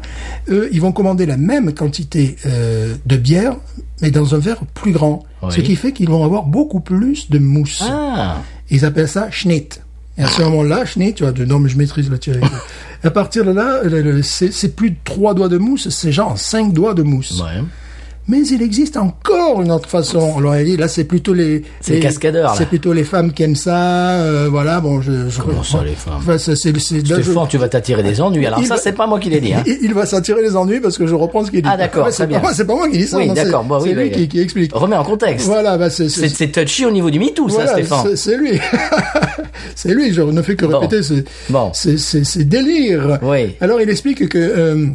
S3: Eux, ils vont commander la même quantité euh, de bière, mais dans un verre plus grand.
S2: Oui.
S3: Ce qui fait qu'ils vont avoir beaucoup plus de mousse.
S2: Ah.
S3: Ils appellent ça schnitt. Et à ce moment-là, schnitt, tu vois, de non, mais je maîtrise le tiré. à partir de là, le- le- c'est c'est plus de trois doigts de mousse, c'est genre cinq doigts de mousse.
S2: Ouais.
S3: Mais il existe encore une autre façon. On leur a dit, là, c'est plutôt les...
S2: C'est les cascadeurs, là.
S3: C'est plutôt les femmes qui aiment ça. euh, voilà, bon, je... je
S2: Comment ça, les femmes
S3: Enfin, ça, c'est... c'est- là,
S2: C'est
S3: je-
S2: fort, tu vas t'attirer des ennuis. Alors
S3: Il
S2: ça,
S3: va-
S2: c'est pas moi qui l'ai dit. Hein.
S3: Il, il va s'en tirer les ennuis parce que je reprends ce qu'il dit.
S2: Ah, d'accord,
S3: Ouais, c'est
S2: très
S3: pas
S2: bien.
S3: moi- C'est pas moi qui dis ça.
S2: Oui,
S3: non, c'est-
S2: d'accord. Bon, oui,
S3: c'est lui
S2: oui.
S3: qui, qui explique.
S2: Remets en contexte.
S3: Voilà, bah, c'est...
S2: C'est c'est touchy au niveau du MeToo, ça,
S3: voilà,
S2: Stéphane.
S3: c'est- c'est lui. c'est lui, je ne fais que
S2: Bon.
S3: répéter c'est
S2: Bon.
S3: c'est c'est- c'est délire.
S2: Oui.
S3: Alors il explique que euh,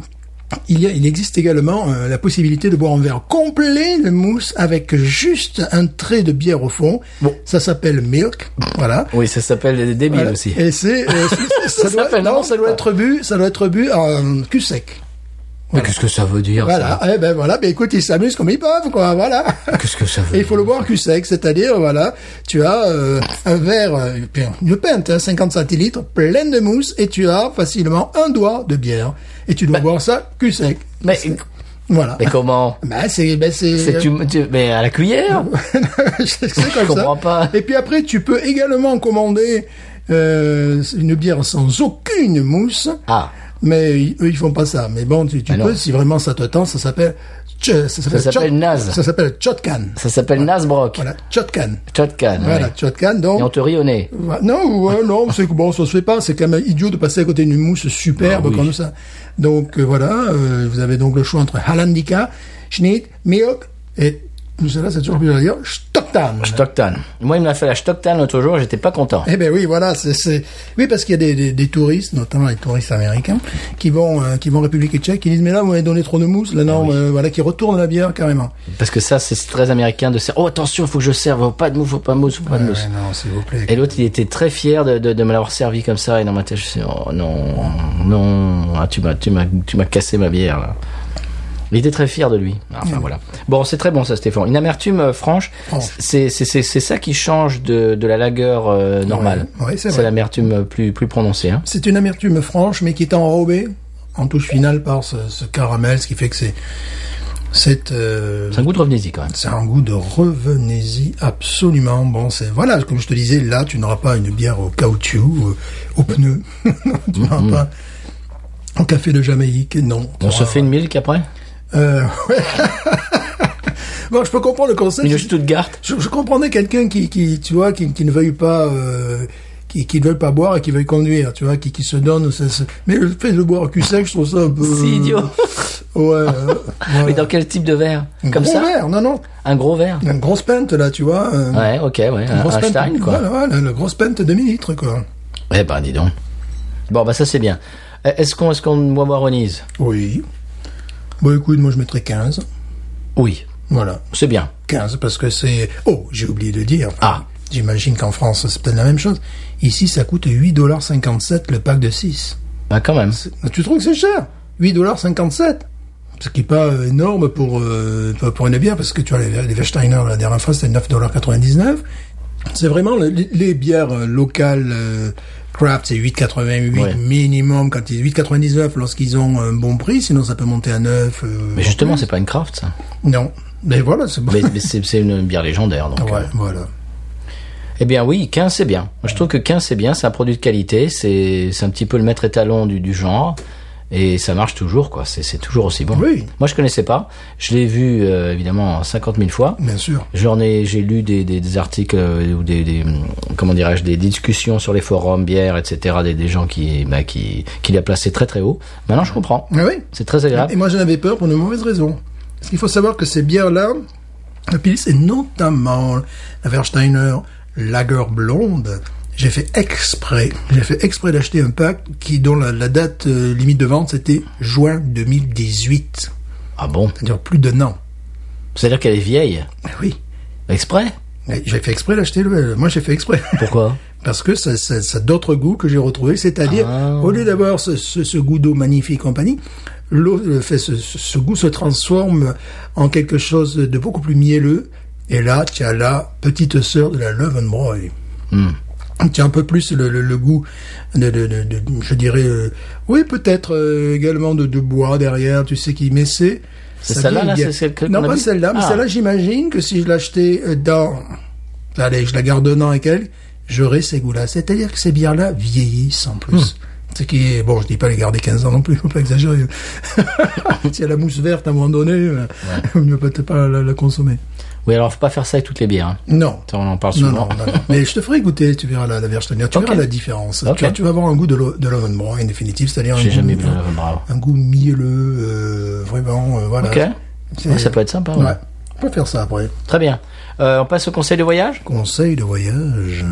S3: il, y a, il existe également euh, la possibilité de boire un verre complet de mousse avec juste un trait de bière au fond.
S2: Bon.
S3: Ça s'appelle milk. Voilà.
S2: Oui, ça s'appelle des débiles
S3: Voilà.
S2: aussi.
S3: Et c'est euh, ça, doit-
S2: s'appelle
S3: non,
S2: n'importe
S3: ça doit
S2: quoi.
S3: être bu, ça doit être bu en cul sec.
S2: Mais qu'est-ce que Ah, ça veut dire
S3: Voilà. Eh ben voilà. Mais écoute, ils s'amusent comme ils peuvent, quoi. Voilà.
S2: ça Qu'est-ce que ça veut
S3: Et il faut le boire cul sec, c'est-à-dire, voilà, tu as euh, un verre, euh, bien, une pinte, hein, 50 centilitres, pleine de mousse, et tu as facilement un doigt de bière. Et tu dois boire ça cul sec.
S2: Bah. Mais,
S3: Voilà.
S2: mais comment
S3: Bah, c'est... Bah,
S2: C'est tu, tu- mais à la cuillère
S3: c'est comme
S2: Je comprends
S3: ça.
S2: pas.
S3: Et puis après, tu peux également commander euh, une bière sans aucune mousse.
S2: Ah.
S3: Mais ils- eux, ils font pas ça. Mais bon, tu, tu
S2: Ah non.
S3: peux, si vraiment ça te tend, ça s'appelle... Ça
S2: s'appelle naze.
S3: Ça s'appelle Chotkan.
S2: Ça s'appelle Nasbrock.
S3: Voilà, Chotkan.
S2: Chotkan.
S3: Voilà,
S2: ouais.
S3: Chotkan, donc...
S2: Et on te rit au nez.
S3: Ouais, Non, ouais, non, c'est que bon, ça se fait pas. C'est quand même idiot de passer à côté d'une mousse superbe
S2: Ah oui.
S3: comme ça. Donc euh, voilà, euh, vous avez donc le choix entre Halandika, Schnitt, Milk et tout cela, c'est toujours plus à dire Stocktan.
S2: Stockton. Moi, il m'a fait la Stockton l'autre jour, j'étais pas content.
S3: Eh ben oui, voilà, c'est c'est- oui parce qu'il y a des, des, des touristes, notamment les touristes américains, qui vont euh, qui vont en République Tchèque, qui disent mais là vous m'avez donné trop de mousse, là
S2: Ah
S3: non, euh, voilà, qui retournent la bière carrément.
S2: Parce que ça, c'est très américain de servir. Oh, attention, faut que je serve. Faut pas de mousse, faut pas de mousse, faut pas de
S3: Ouais,
S2: mousse.
S3: non, s'il vous plaît.
S2: Et l'autre, il était très fier de, de, de me l'avoir servi comme ça. Et dans ma tête, je suis oh non, non, ah, tu m'as, tu m'as, tu m'as cassé ma bière. Là. Il était très fier de lui. Enfin voilà. Bon, c'est très bon ça, Stéphane. Une amertume euh, franche,
S3: Franche.
S2: c'est c'est c'est c'est ça qui change de de la lagueur euh, normale.
S3: Ouais, ouais, c'est vrai.
S2: c'est l'amertume euh, plus plus prononcée. Hein.
S3: C'est une amertume franche, mais qui est enrobée en touche finale par ce, ce caramel, ce qui fait que c'est c'est euh,
S2: C'est un goût de revenez-y quand même.
S3: c'est un goût de revenez-y absolument. Bon, c'est voilà, comme je te disais, là tu n'auras pas une bière au caoutchouc, au, au pneu, tu n'auras pas au café de Jamaïque, non.
S2: On se fait une milk après.
S3: Euh, ouais. bon, je peux comprendre le concept.
S2: Une Stuttgart.
S3: Je, je comprenais quelqu'un qui, qui, tu vois, qui, qui ne veuille pas, euh, qui, qui ne veuille pas boire et qui veuille conduire, tu vois, qui, qui se donne. ça- ça- Mais le fait de boire au cul sec, je trouve ça un peu.
S2: C'est idiot.
S3: Ouais. euh,
S2: Mais
S3: ouais.
S2: dans quel type de verre
S3: Un
S2: Comme
S3: gros
S2: ça
S3: verre, non, non.
S2: Un gros verre.
S3: Une grosse pente, là, tu vois. euh,
S2: Ouais, ok, ouais.
S3: une
S2: Un
S3: grosse
S2: Einstein
S3: pinte,
S2: quoi.
S3: Voilà, voilà, une grosse pente de litres, quoi.
S2: Eh ben, dis donc. Bon, bah ça c'est bien. Euh, Est-ce qu'on est-ce qu'on marronise
S3: Oui. Bon, écoute, moi, je mettrais 15.
S2: Oui,
S3: Voilà.
S2: c'est bien.
S3: 15, parce que c'est. Oh, j'ai oublié de dire.
S2: Ah.
S3: J'imagine qu'en France, c'est peut-être la même chose. Ici, ça coûte 8,57$ le pack de 6.
S2: Bah quand même.
S3: C'est- Ah, Tu trouves que c'est cher 8,57$ Ce qui n'est pas euh, énorme pour, euh, pour- pour une bière, parce que tu vois, les, les Westerner, la dernière fois, c'était 9,99$. C'est vraiment le- les, les bières euh, locales euh, craft, c'est 8,88$
S2: Ouais.
S3: minimum, quand ils 8,99$ lorsqu'ils ont un bon prix, sinon ça peut monter à 9. euh,
S2: Mais justement, c'est pas une craft, ça.
S3: Non. Mais voilà, c'est bon.
S2: Mais, mais c'est c'est une bière légendaire, donc.
S3: Ouais,
S2: euh,
S3: voilà.
S2: Eh bien oui, 15 c'est bien. Moi, Je trouve que 15 c'est bien, c'est un produit de qualité, c'est c'est un petit peu le maître étalon du, du genre. Et ça marche toujours, quoi. C'est c'est toujours aussi bon.
S3: Oui.
S2: Moi, je connaissais pas. Je l'ai vu, euh, évidemment, 50 000 fois.
S3: Bien sûr.
S2: J'en ai, j'ai lu des, des, des articles euh, ou des, des hum, comment dirais-je, des discussions sur les forums, bières, etc. Des, des gens qui, bah, qui, qui l'a placé très très haut. Maintenant, je comprends.
S3: Ah oui.
S2: C'est très
S3: Et
S2: agréable.
S3: moi, j'en avais peur pour une mauvaise raison. Parce qu'il faut savoir que ces bières-là, la Pils et notamment la Versteiner Lager Blonde, j'ai fait exprès, j'ai fait exprès d'acheter un pack qui, dont la, la date euh, limite de vente, c'était juin 2018.
S2: Ah bon
S3: C'est-à-dire plus d'un an.
S2: C'est-à-dire qu'elle est vieille,
S3: Ah Oui.
S2: exprès
S3: Mais J'ai fait exprès d'acheter le, moi j'ai fait exprès.
S2: Pourquoi
S3: Parce que ça, ça, ça a d'autres goûts que j'ai retrouvés, c'est-à-dire,
S2: Ah.
S3: au lieu d'avoir ce, ce, ce goût d'eau magnifique et compagnie, l'eau euh, fait ce, ce- ce goût se transforme en quelque chose de beaucoup plus mielleux. Et là, tu as la petite sœur de la Löwenbräu. Tu as un peu plus le, le- le goût de, de- de- de- je dirais, euh, oui peut-être euh, également de, de bois derrière. Tu sais qui mais c'est.
S2: C'est
S3: ça
S2: celle-là,
S3: vient
S2: là,
S3: bien.
S2: c'est celle que-
S3: Non
S2: qu'on a
S3: pas
S2: bu
S3: celle-là, mais
S2: Ah.
S3: celle-là j'imagine que si je l'achetais euh, dans Allez, je la garde un an et quelques, j'aurai ces goûts-là. C'est-à-dire que ces bières-là vieillissent en
S2: Hmm.
S3: plus. Ce qui est, bon, je dis pas les garder 15 ans non plus, faut pas exagérer. si elle a la mousse verte à un moment donné, euh, il ne peut-être pas la, la consommer.
S2: Oui, alors faut pas faire ça avec toutes les bières. hein.
S3: Non.
S2: Ça, On en parle
S3: Non,
S2: souvent.
S3: non, non, non. Mais je te ferai goûter, tu verras la, la Versteiner, tu
S2: Ok.
S3: verras la différence.
S2: Ok.
S3: Tu, vas, tu vas avoir un goût de l'o- de l'Ovenbräu, en définitive, c'est-à-dire un,
S2: J'ai
S3: goût-
S2: jamais bu de Bravo.
S3: un goût mielleux, euh, vraiment, euh, voilà.
S2: Ok.
S3: C'est-
S2: Ouais, ça peut être sympa. ouais.
S3: Ouais. On peut faire ça après.
S2: Très bien. Euh, on passe au conseil de voyage
S3: Conseil de voyage.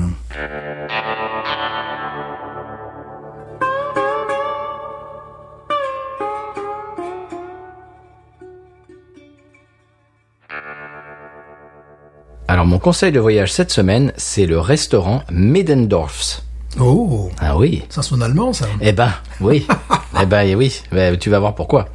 S2: Alors mon conseil de voyage cette semaine, c'est le restaurant Middendorfs.
S3: Oh,
S2: Ah oui.
S3: ça sonne allemand, ça.
S2: Eh ben, oui. eh ben, eh oui. Ben, tu vas voir pourquoi.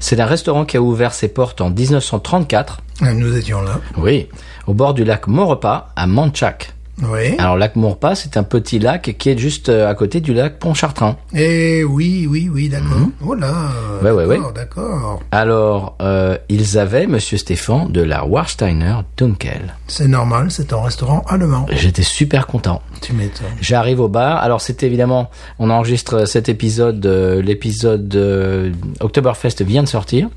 S2: C'est un restaurant qui a ouvert ses portes en 1934.
S3: Nous étions là.
S2: Oui. Au bord du lac Maurepas, à Manchac.
S3: Oui.
S2: Alors, lac Maurepas, c'est un petit lac qui est juste euh, à côté du lac Pontchartrain.
S3: Eh oui, oui, oui, d'accord. Voilà.
S2: Mhm. Ouais, ouais,
S3: d'accord, D'accord.
S2: Alors, euh, ils avaient, monsieur Stéphane, de la Warsteiner Dunkel.
S3: C'est normal, c'est un restaurant allemand.
S2: J'étais super content.
S3: Tu m'étonnes.
S2: J'arrive au bar. Alors c'est évidemment, on enregistre cet épisode, euh, l'épisode euh, Oktoberfest vient de sortir.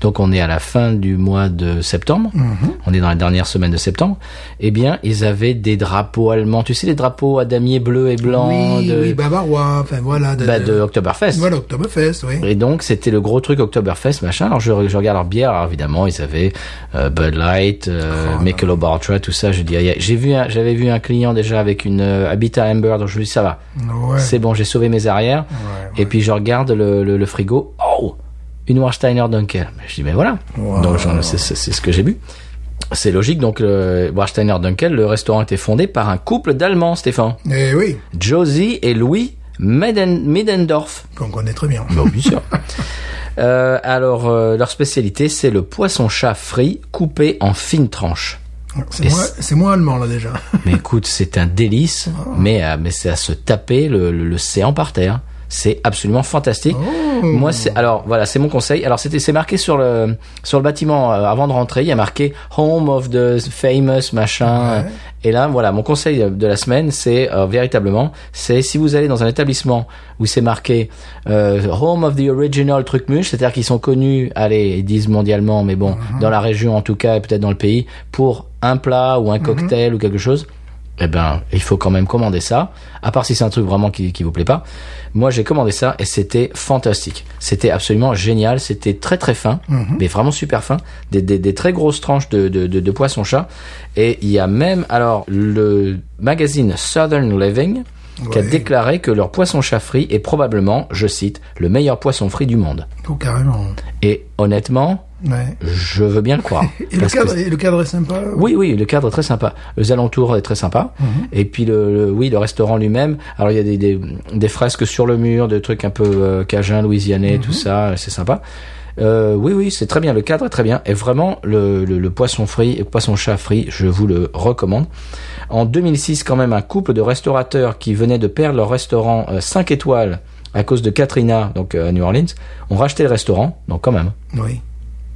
S2: Donc on est à la fin du mois de septembre.
S3: Mhm.
S2: On est dans la dernière semaine de septembre. Eh bien, ils avaient des drapeaux allemands. Tu sais, les drapeaux à damier bleu et blanc
S3: Oui,
S2: de,
S3: oui, bavarois, enfin voilà.
S2: bah, de Oktoberfest.
S3: Voilà, Oktoberfest, oui.
S2: Et donc c'était le gros truc Oktoberfest machin. Alors je, je regarde leur bière. Alors évidemment ils avaient euh, Bud Light,
S3: Oh,
S2: euh, Michelob Ultra, tout ça. Je dis aïe, aïe. j'ai vu un- j'avais vu un client déjà avec une euh, Habitat Amber. Donc je lui dis ça va.
S3: Ouais.
S2: C'est bon, j'ai sauvé mes arrières.
S3: Ouais,
S2: Et puis je regarde le, le- le frigo. Oh Une Warsteiner Dunkel. Mais Je dis, mais voilà.
S3: Wow.
S2: Donc j'en- c'est c'est- c'est ce que j'ai bu. C'est logique, donc le Warsteiner Dunkel, le restaurant était fondé par un couple d'Allemands, Stéphane.
S3: Eh oui,
S2: Josie et Louis Meden- Middendorf.
S3: qu'on connaît très bien.
S2: Bon, bien sûr. Euh, alors, euh, leur spécialité, c'est le poisson chat frit coupé en fines tranches.
S3: C'est moins, c'est moins allemand, là, déjà.
S2: Mais écoute, c'est un délice, mais, euh, mais c'est à se taper le, le, le séant par terre. C'est absolument fantastique. Moi, c'est alors voilà, c'est mon conseil. Alors c'était, c'est marqué sur le sur le bâtiment euh, avant de rentrer, il y a marqué Home of the famous machin. Et là, voilà, mon conseil de la semaine, c'est euh, véritablement, c'est si vous allez dans un établissement où c'est marqué euh, Home of the original truc muche, c'est-à-dire qu'ils sont connus, allez, ils disent mondialement, mais bon, dans la région en tout cas, et peut-être dans le pays, pour un plat ou un cocktail ou quelque chose eh ben, il faut quand même commander ça. À part si c'est un truc vraiment qui, qui vous plaît pas. Moi, j'ai commandé ça et c'était fantastique. C'était absolument génial. C'était très très fin,
S3: Mhm.
S2: mais vraiment super fin. Des, des, des très grosses tranches de, de, de, de poisson chat. Et il y a même, alors, le magazine Southern Living qui a
S3: Ouais.
S2: déclaré que leur poisson chat frit est probablement, je cite, le meilleur poisson frit du monde.
S3: Oh, carrément.
S2: Et honnêtement,
S3: Ouais.
S2: je veux bien le croire.
S3: Et le
S2: Parce que
S3: cadre, et le cadre est sympa
S2: oui, oui, le cadre est très sympa. Les alentours est très sympa.
S3: Mhm.
S2: Et puis le, le- oui, le restaurant lui-même. Alors il y a des, des, des fresques sur le mur, des trucs un peu euh, cajun, louisianais,
S3: Mhm.
S2: tout ça. C'est sympa. Euh, oui, oui, c'est très bien. Le cadre est très bien. Et vraiment, le, le, le poisson frit, le poisson chat frit, je vous le recommande. En 2006, quand même, un couple de restaurateurs qui venaient de perdre leur restaurant 5 étoiles à cause de Katrina, donc euh, à New Orleans, ont racheté le restaurant. Donc quand même.
S3: Oui.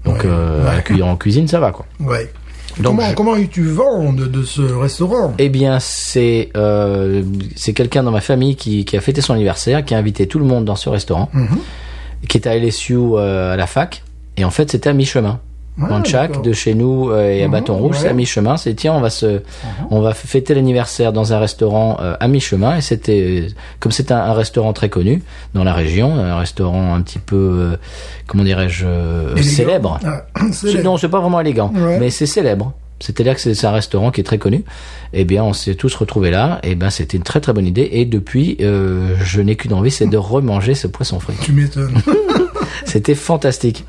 S2: Donc
S3: Ouais.
S2: euh,
S3: Ouais.
S2: en cu- en cuisine, ça va quoi.
S3: Ouais.
S2: Donc,
S3: comment,
S2: je-
S3: comment es-tu vent de, de ce restaurant
S2: Eh bien, c'est euh, c'est quelqu'un dans ma famille qui, qui a fêté son anniversaire, qui a invité tout le monde dans ce restaurant,
S3: Mhm.
S2: qui était à LSU euh, à la fac. Et en fait, c'était à mi-chemin.
S3: Ah,
S2: Manchac,
S3: d'accord.
S2: de chez nous euh, et à
S3: Mhm,
S2: Bâton Rouge,
S3: ouais. Mhm.
S2: c'est à mi-chemin. C'est tiens, on va se, on va fêter l'anniversaire dans un restaurant euh, à mi-chemin. Et c'était comme c'est un, un restaurant très connu dans la région, un restaurant un petit peu, euh, comment dirais-je, euh,
S3: Élégant.
S2: célèbre.
S3: Ah,
S2: C'est-
S3: célèbre.
S2: Non, c'est pas vraiment élégant,
S3: Ouais.
S2: mais c'est célèbre. C'est-à-dire que c'est c'est un restaurant qui est très connu. Eh bien, on s'est tous retrouvés là. Eh bien, c'était une très très bonne idée. Et depuis, euh, je n'ai qu'une envie, c'est de remanger ce poisson frit.
S3: Tu m'étonnes.
S2: C'était fantastique.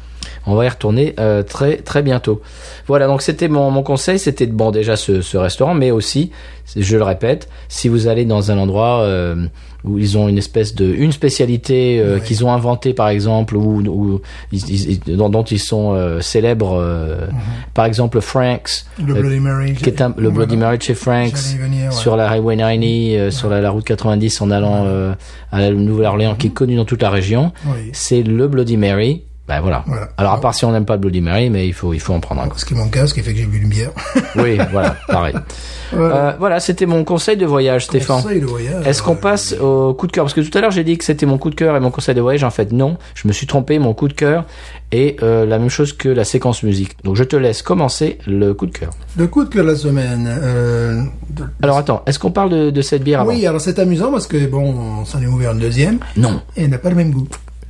S2: On va y retourner euh, très très bientôt. Voilà, donc c'était mon, mon conseil, c'était de- bon déjà ce, ce restaurant, mais aussi, je le répète, si vous allez dans un endroit euh, où ils ont une espèce de une spécialité euh,
S3: Ouais.
S2: qu'ils ont inventée par exemple, ou, ou ils- ils- ils- dont, dont ils sont euh, célèbres, euh, par exemple Franks,
S3: Le
S2: euh,
S3: Bloody Mary.
S2: qui est un- le
S3: Voilà.
S2: Bloody Mary chez Franks,
S3: J'allais y venir, ouais.
S2: sur la Highway 90, euh, sur la, la route 90 en allant euh, à la Nouvelle-Orléans, qui est connue dans toute la région
S3: Oui.
S2: c'est le Bloody Mary. Ben voilà.
S3: Voilà.
S2: Alors à part si on n'aime pas le Bloody Mary, mais il faut il faut en prendre un.
S3: Parce que mon casque, il fait que j'ai bu une bière.
S2: oui, voilà, pareil.
S3: Voilà.
S2: Euh, voilà, c'était mon conseil de voyage, Stéphane.
S3: Conseil euh, de voyage.
S2: Est-ce qu'on passe au coup de cœur Parce que tout à l'heure j'ai dit que c'était mon coup de cœur et mon conseil de voyage. En fait, non, je me suis trompé. Mon coup de cœur est euh, la même chose que la séquence musique. Donc je te laisse commencer le coup de cœur.
S3: Le coup de cœur de la semaine. euh, de-
S2: Alors attends, est-ce qu'on parle de, de cette bière avant
S3: Oui, alors c'est amusant parce que bon, on s'en est ouvert une deuxième
S2: Non.
S3: et elle n'a pas le même goût.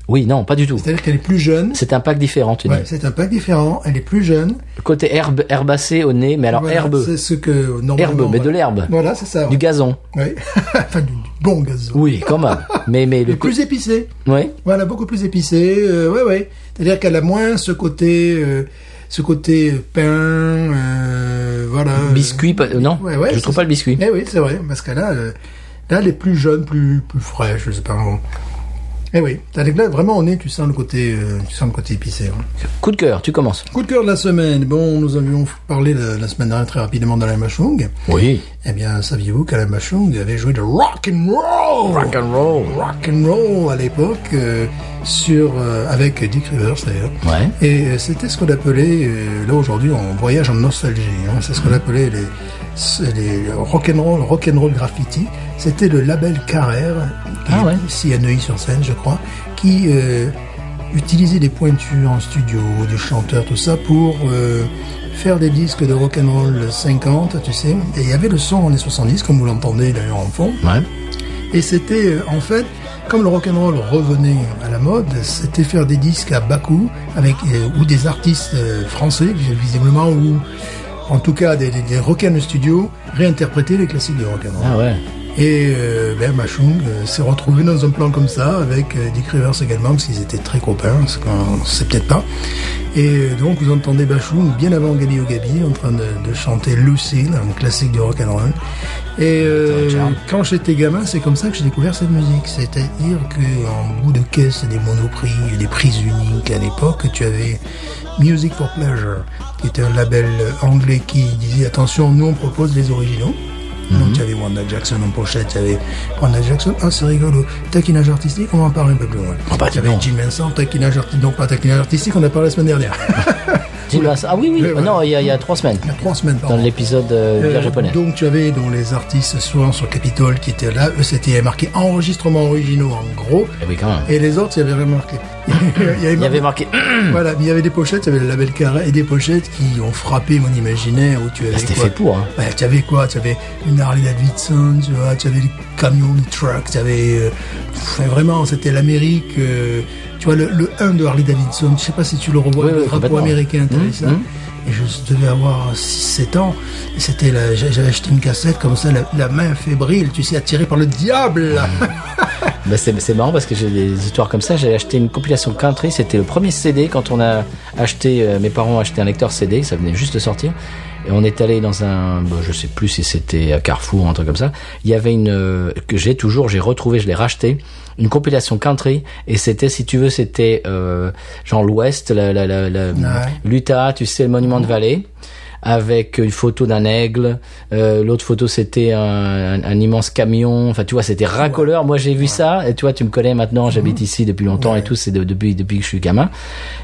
S2: Oui, non, pas du tout.
S3: C'est-à-dire qu'elle est plus jeune.
S2: C'est un pack différent, tu
S3: Ouais,
S2: dis.
S3: c'est un pack différent. Elle est plus jeune.
S2: Côté herbe, herbacé au nez, mais alors
S3: Voilà,
S2: herbeux,
S3: C'est bah, ce que normalement.
S2: herbeux, mais de
S3: voilà.
S2: l'herbe,
S3: Voilà, c'est ça.
S2: du gazon.
S3: Oui. enfin, du, du bon gazon.
S2: Oui, quand même. Mais mais le
S3: Et plus épicé.
S2: Oui,
S3: Voilà, beaucoup plus épicé. Euh, ouais, ouais. C'est-à-dire qu'elle a moins ce côté, euh, ce côté euh, pain, euh, voilà.
S2: biscuit, pas- euh, non,
S3: Ouais, ouais,
S2: je
S3: c'est
S2: trouve
S3: ça.
S2: pas le biscuit.
S3: Eh oui, c'est vrai, parce que là, euh, là, elle est plus jeune, plus, plus fraîche, je sais pas. bon. Eh oui, t'as là, vraiment, au nez, tu sens le côté, euh, tu sens le côté épicé. hein.
S2: Coup de cœur, tu commences.
S3: Coup de cœur de la semaine. Bon, nous avions parlé la, la semaine dernière très rapidement d'Alain Machung.
S2: Oui.
S3: Eh bien, saviez-vous qu'Alain Machung avait joué de rock and roll
S2: Rock and roll.
S3: rock and roll à l'époque euh, sur euh, avec Dick Rivers d'ailleurs.
S2: Ouais.
S3: Et euh, c'était ce qu'on appelait euh, là aujourd'hui on voyage en nostalgie. hein, c'est ce qu'on appelait les, c'est les rock and roll, rock and roll graffiti. C'était le label Carrère, qui
S2: Ah ouais.
S3: est ici à Neuilly-sur-Seine, je crois, qui euh, utilisait des pointures en studio, des chanteurs, tout ça pour euh, faire des disques de rock and roll 50, tu sais. Et il y avait le son en les 70, comme vous l'entendez d'ailleurs en fond.
S2: Ouais.
S3: Et c'était euh, en fait, comme le rock'n'roll revenait à la mode, c'était faire des disques à bas coût avec euh, ou des artistes euh, français visiblement ou en tout cas des, des, des rockers de studio réinterpréter les classiques de rock'n'roll.
S2: Ah ouais.
S3: Et euh, ben Machung euh, s'est retrouvé dans un plan comme ça avec euh, Dick Rivers également parce qu'ils étaient très copains, ce qu'on sait peut-être pas. Et euh, donc vous entendez Machung bien avant Gabi Gabi en train de, de chanter Lucille, un classique du rock and roll. Et euh,
S2: Richard.
S3: quand j'étais gamin, c'est comme ça que j'ai découvert cette musique. C'est-à-dire qu'en bout de caisse des monoprix, des prises uniques à l'époque, tu avais Music for Pleasure, qui était un label anglais qui disait attention, nous on propose les originaux. Donc tu avais Wanda Jackson en pochette, tu avais Wanda Jackson, ah c'est rigolo, taquinage artistique, on va en parler un peu plus loin.
S2: bah,
S3: tu avais
S2: non.
S3: Jim Henson, taquinage artistique, donc pas taquinage artistique, on a parlé la semaine dernière,
S2: Dis-le à ça. Ah oui, oui.
S3: Oui, voilà.
S2: Non, il y, a- il y a trois semaines.
S3: il y a trois semaines
S2: Dans
S3: pardon.
S2: l'épisode euh,
S3: Euh,
S2: bière japonaise.
S3: donc tu avais dans les artistes souvent sur Capitole qui étaient là, eux c'était marqué enregistrement originaux en gros,
S2: Eh oui, quand même.
S3: et les autres il y avait rien marqué. il y
S2: Il
S3: avait
S2: y
S3: marqué-
S2: avait marqué.
S3: voilà, mais il y avait des pochettes, il y avait le label carré et des pochettes qui ont frappé mon imaginaire où tu avais
S2: c'était
S3: quoi
S2: fait pour, hein.
S3: Ouais, tu avais quoi Tu avais une Harley Davidson, tu vois, tu avais des camions, des trucks, tu avais euh, pff, vraiment c'était l'Amérique euh, tu vois le, le 1 de Harley Davidson, je sais pas si tu le revois
S2: Oui,
S3: le
S2: oui,
S3: drapeau
S2: complètement.
S3: américain, tu
S2: Mmh,
S3: ça
S2: mmh.
S3: et je devais avoir 6-7 ans. Et C'était la- j'a- j'avais acheté une cassette comme ça, la, la main fébrile, tu sais, attirée par le diable.
S2: Bah, c'est c'est marrant parce que j'ai des histoires comme ça. J'avais acheté une compilation country. C'était le premier CD quand on a acheté. euh, mes parents ont acheté un lecteur CD. Ça venait juste de sortir. Et on est allé dans un, bon, je sais plus si c'était à Carrefour, un truc comme ça. Il y avait une euh, que j'ai toujours, j'ai retrouvé, je l'ai racheté, une compilation country. Et c'était, si tu veux, c'était euh, genre l'Ouest, la, la, la, la- l'Utah, tu sais, le Monument de Vallée. avec une photo d'un aigle. Euh, L'autre photo, c'était un, un- un immense camion. Enfin, tu vois, c'était racoleur. Moi, j'ai vu ça. Et tu vois, tu me connais maintenant. J'habite
S3: Mhm.
S2: ici depuis longtemps et tout. C'est de- depuis depuis que je suis gamin.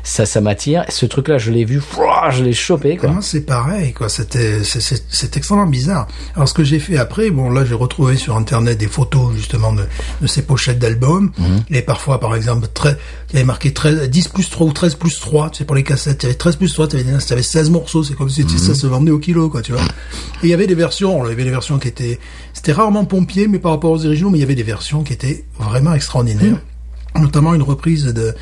S2: Ça, ça m'attire. Ce truc-là, je l'ai vu. Fouah, Je l'ai chopé. Quoi.
S3: Vraiment, c'est pareil, quoi. C'était, c'est- c'est c'est extrêmement bizarre. Alors, ce que j'ai fait après, bon, là, j'ai retrouvé sur Internet des photos, justement, de, de ces pochettes d'albums. Et parfois, par exemple, très, il y avait marqué 13, 10 plus 3 ou 13 plus 3, tu sais, pour les cassettes. Il y avait 13 plus 3, tu avais, 16 morceaux. C'est comme si ça se vendait au kilo, quoi, tu vois. Et il y avait des versions, il y avait des versions qui étaient, c'était rarement pompier, mais par rapport aux originaux, mais il y avait des versions qui étaient vraiment extraordinaires notamment une reprise de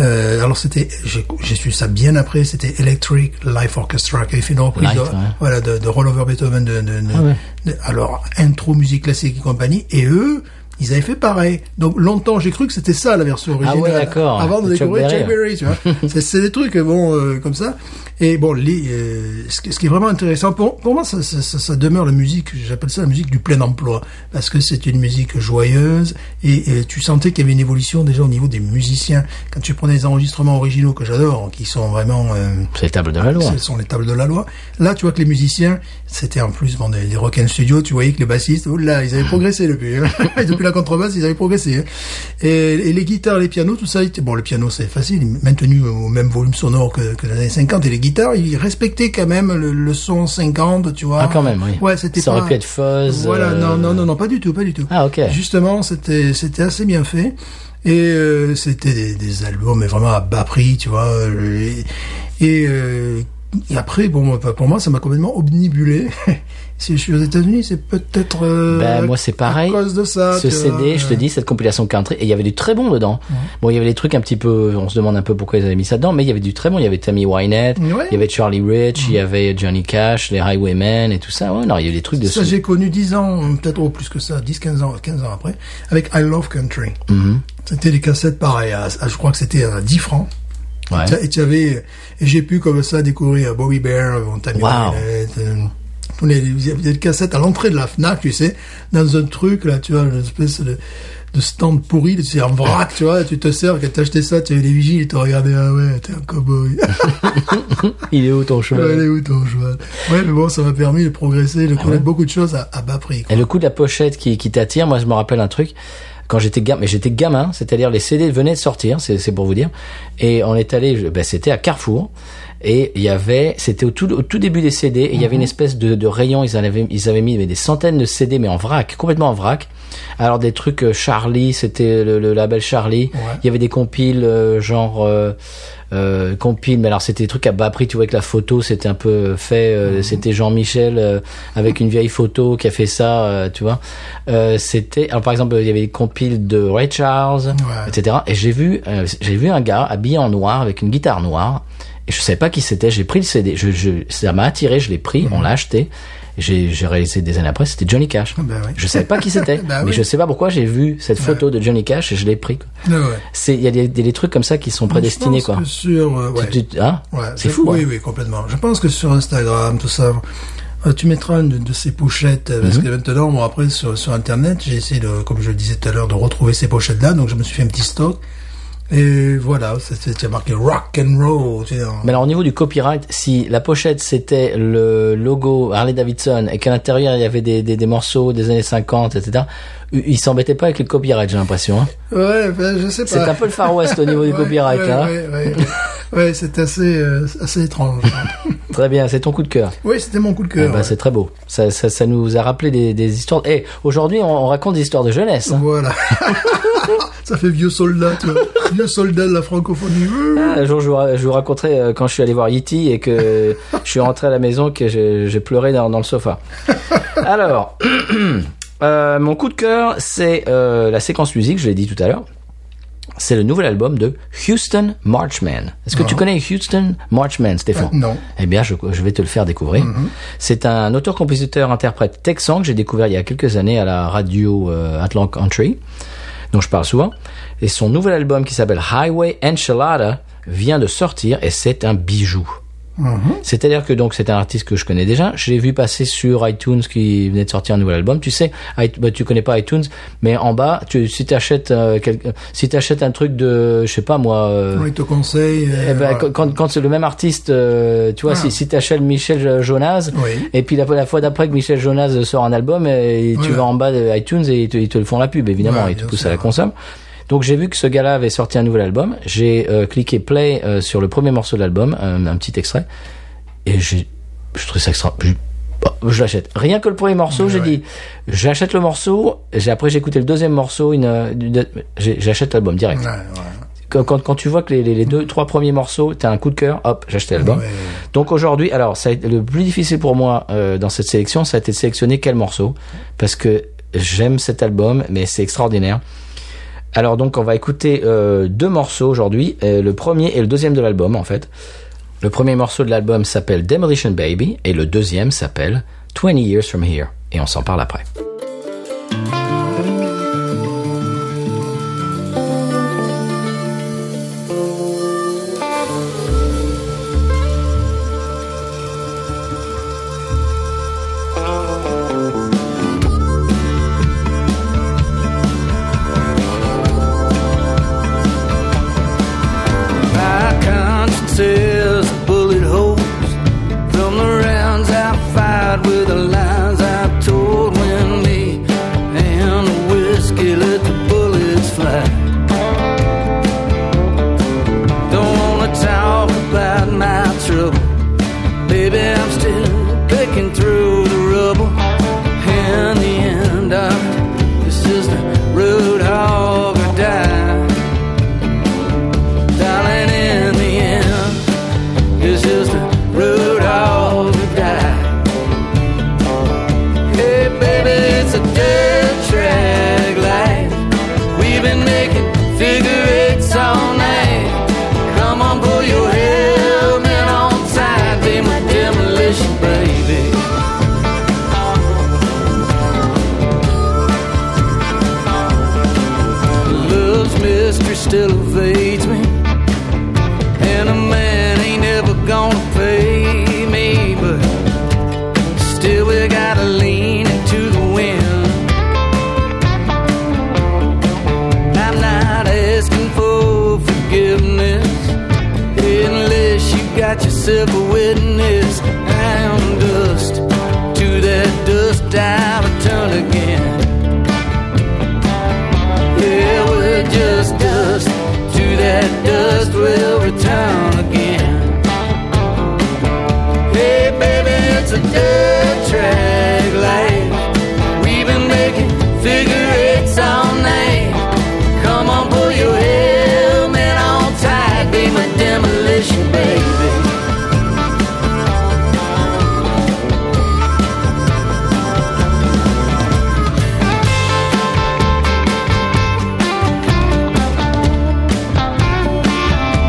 S3: euh, alors c'était j'ai j'ai su ça bien après c'était Electric Life Orchestra qui avait fait une reprise
S2: Light,
S3: de,
S2: ouais.
S3: voilà de, de Roll Over Beethoven de, de- de-
S2: Ah ouais.
S3: de- alors intro musique classique et compagnie et eux ils avaient fait pareil donc longtemps j'ai cru que c'était ça la version
S2: Ah
S3: originale
S2: ouais, d'accord.
S3: avant de
S2: Chuck
S3: découvrir
S2: Berry. hein.
S3: Chuck Berry tu vois c'est c'est des trucs bon euh, comme ça et bon les, euh, ce, qui- ce qui est vraiment intéressant pour pour moi ça, ça, ça- ça demeure la musique j'appelle ça la musique du plein emploi parce que c'est une musique joyeuse et, et tu sentais qu'il y avait une évolution déjà au niveau des musiciens quand tu prenais les enregistrements originaux que j'adore qui sont vraiment euh,
S2: C'est les tables de la loi.
S3: ce sont les tables de la loi. Là, tu vois que les musiciens, c'était en plus bon, des, des rock and studio, tu voyais que les bassistes, là, ils
S2: Ah.
S3: avaient progressé depuis. hein. depuis la contrebasse, ils avaient progressé. hein. Et, et les guitares, les pianos, tout ça, était- bon, le piano, c'est facile, maintenu au même volume sonore que, que les années 50. Et les guitares, ils respectaient quand même le, le son 50, tu vois.
S2: Ah, quand même, oui.
S3: Ouais, c'était
S2: Ça
S3: pas-
S2: aurait pu être fuzz.
S3: Voilà,
S2: euh,
S3: non, non, non, non, pas du tout, pas du tout.
S2: Ah, ok.
S3: Justement, c'était c'était assez bien fait et euh, c'était des, des albums mais vraiment à bas prix, tu vois. euh, Et, et, euh, et après, bon, moi, pour moi, ça m'a complètement omnibulé. si je suis aux États-Unis, c'est peut-être euh,
S2: Ben, moi, c'est pareil.
S3: à cause de ça.
S2: Ce
S3: tu
S2: CD,
S3: vois,
S2: je te
S3: euh,
S2: dis, cette compilation country, et il y avait du très bon dedans. Bon, il y avait des trucs un petit peu, on se demande un peu pourquoi ils avaient mis ça dedans, mais il y avait du très bon. Il y avait Tammy Wynette,
S3: Ouais.
S2: il y avait Charlie Rich, il y avait Johnny Cash, les Highwaymen et tout ça. Ouais, non, il y a des trucs de
S3: Ça,
S2: ce-
S3: j'ai connu 10 ans, peut-être oh, plus que ça, 10, 15 ans, 15 ans après, avec I Love Country.
S2: Mm-hmm.
S3: C'était des cassettes pareilles, à- à- je crois que c'était à 10 francs.
S2: Ouais.
S3: Tu- Et tu avais, et j'ai pu comme ça découvrir Bobby Bear, euh, on t'a mis
S2: Wow.
S3: on est, vous avez des cassettes à l'entrée de la Fnac, tu sais, dans un truc là, tu vois, une espèce de, de stand pourri, c'est en vrac, tu vois, tu te sers, quand t'as acheté ça, tu avais les vigiles, ils te regardaient, ah ouais, t'es un cowboy.
S2: Il est où ton cheval?
S3: Ouais, elle est où ton cheval Ouais, mais bon, ça m'a permis de progresser, de
S2: Ah
S3: connaître beaucoup de choses à, à bas prix. quoi.
S2: Et le coup de la pochette qui, qui t'attire, moi je me rappelle un truc. Quand j'étais gamin, mais j'étais gamin, c'est-à-dire les CD venaient de sortir, c'est c'est pour vous dire. Et on est allé, je- ben, c'était à Carrefour, et il y avait, c'était au tout, au tout début des CD, et il y
S3: Mhm.
S2: avait une espèce de, de rayon, ils en avaient, ils avaient mis mais des centaines de CD, mais en vrac, complètement en vrac. Alors des trucs euh, Charlie, c'était le, le label Charlie.
S3: Ouais.
S2: Il y avait des compiles euh, genre euh, euh, compiles, mais alors c'était des trucs à bas prix. Tu vois que la photo c'était un peu fait.
S3: Mhm.
S2: euh, C'était Jean-Michel euh, avec une vieille photo qui a fait ça, euh, tu vois. Euh, c'était alors par exemple il y avait des compiles de Ray Charles,
S3: Ouais.
S2: etc. Et j'ai vu euh, j'ai vu un gars habillé en noir avec une guitare noire. Et je savais pas qui c'était. J'ai pris le CD. Je, je- ça m'a attiré. Je l'ai pris.
S3: Mhm.
S2: On l'a acheté. J'ai j'ai réalisé des années après, c'était Johnny Cash.
S3: Ah ben oui.
S2: Je savais pas qui c'était,
S3: Ben
S2: mais
S3: oui.
S2: je sais pas pourquoi j'ai vu cette photo de Johnny Cash et je l'ai pris. quoi.
S3: Ouais, Ah ouais.
S2: C'est il y a des, des- des trucs comme ça qui sont prédestinés
S3: Je pense
S2: quoi.
S3: que sur, euh, ouais.
S2: Tu- tu- hein
S3: Ouais,
S2: c'est
S3: je-
S2: fou.
S3: Oui,
S2: hein.
S3: oui, complètement. Je pense que sur Instagram, tout ça, euh, tu mettras une de ces pochettes, euh,
S2: Mhm.
S3: parce que maintenant, bon, après, sur, sur Internet, j'ai essayé, de, comme je le disais tout à l'heure, de retrouver ces pochettes-là, donc je me suis fait un petit stock. Et voilà, ça, c'est- c'est marqué rock and roll. tu sais, en-
S2: Mais alors au niveau du copyright, si la pochette c'était le logo Harley Davidson et qu'à l'intérieur il y avait des, des, des morceaux des années 50, etc. eux, Ils s'embêtaient pas avec le copyright, j'ai l'impression. hein.
S3: Ouais, ben, je sais pas.
S2: C'est un peu hein. le Far West au niveau du
S3: Ouais,
S2: copyright.
S3: ouais,
S2: là.
S3: ouais, ouais, ouais. Ouais, c'est assez, euh, assez étrange.
S2: Très bien, c'est ton coup de cœur.
S3: oui, c'était mon coup de
S2: Eh
S3: cœur.
S2: ben,
S3: ouais.
S2: C'est très beau. Ça, ça, ça nous a rappelé des, des histoires. Eh, aujourd'hui on, on raconte des histoires de jeunesse. hein.
S3: Voilà. ça fait vieux soldat, tu vois. vieux soldat de la francophonie.
S2: Un jour, je vous, ra- je vous raconterai euh, quand je suis allé voir Yeti et que je suis rentré à la maison que j'ai j'ai pleuré dans, dans le sofa. Alors, euh, mon coup de cœur, c'est euh, la séquence musique, je l'ai dit tout à l'heure. C'est le nouvel album de Houston Marchman. Est-ce que tu connais Houston Marchman, Stéphane
S3: Non.
S2: eh bien, je, je vais te le faire découvrir. C'est un auteur-compositeur-interprète texan que j'ai découvert il y a quelques années à la radio euh, Atlantic Country, dont je parle souvent. Et son nouvel album qui s'appelle Highway Enchilada vient de sortir et c'est un bijou.
S3: Mhm.
S2: C'est-à-dire que donc c'est un artiste que je connais déjà. Je l'ai vu passer sur iTunes qui venait de sortir un nouvel album. Tu sais, i- bah, tu connais pas iTunes, mais en bas, tu, si t'achètes euh, quelque- si t'achètes un truc de, je sais pas moi. euh,
S3: Oui, te conseille.
S2: eh ben, quand- quand, quand c'est le même artiste, euh, tu vois,
S3: Ah.
S2: si, si t'achètes Michel Jonas,
S3: Oui.
S2: et puis la, la fois d'après que Michel Jonas sort un album, et, tu
S3: Voilà.
S2: vas en bas de iTunes et ils te, ils te le font la pub, évidemment,
S3: Ouais,
S2: ils te
S3: bien
S2: poussent
S3: sûr.
S2: à la consomme. Donc j'ai vu que ce gars-là avait sorti un nouvel album, j'ai euh, cliqué play euh, sur le premier morceau de l'album, un, un petit extrait, et j'ai, je trouvais ça extra... Je, bah, je l'achète. Rien que le premier morceau, j'ai
S3: ouais.
S2: dit, j'achète le morceau, j'ai, après j'ai écouté le deuxième morceau, une, une- j'ai- j'achète l'album direct.
S3: Ouais, ouais.
S2: Quand, quand, quand tu vois que les, les, les deux, trois premiers morceaux, t'as un coup de cœur, hop, j'achète l'album.
S3: Bah Ouais.
S2: Donc aujourd'hui, alors, ça a été le plus difficile pour moi euh, dans cette sélection, ça a été de sélectionner quel morceau, parce que j'aime cet album, mais c'est extraordinaire. Alors donc, on va écouter euh, deux morceaux aujourd'hui, euh, le premier et le deuxième de l'album, en fait. Le premier morceau de l'album s'appelle Demolition Baby, et le deuxième s'appelle 20 Years From Here, et on s'en parle après.
S4: My conscience is a bullet holes from the rounds I fired with the lines I told when me and the whiskey let the bullets fly. Don't wanna talk about my trouble, baby. I'm still picking through the rubble. In the end, of this is the road hog or die. Darling, in the end, it's just a road all to die. Hey, baby, it's a dirt track life. We've been making figure eights all night. Come on, pull your helmet on tight, be my demolition, baby. Love's mystery still evades me. And a man ain't ever gonna pay me, but still we gotta lean into the wind. I'm not asking for forgiveness unless you got yourself a witness. I'm dust, to that dust I return again. Yeah, we're just dust. To that dust we'll return again. Hey, baby, it's a dirt track life. We've been making figure eights all night. Come on, pull your helmet on tight, be my demolition, baby.
S5: Thank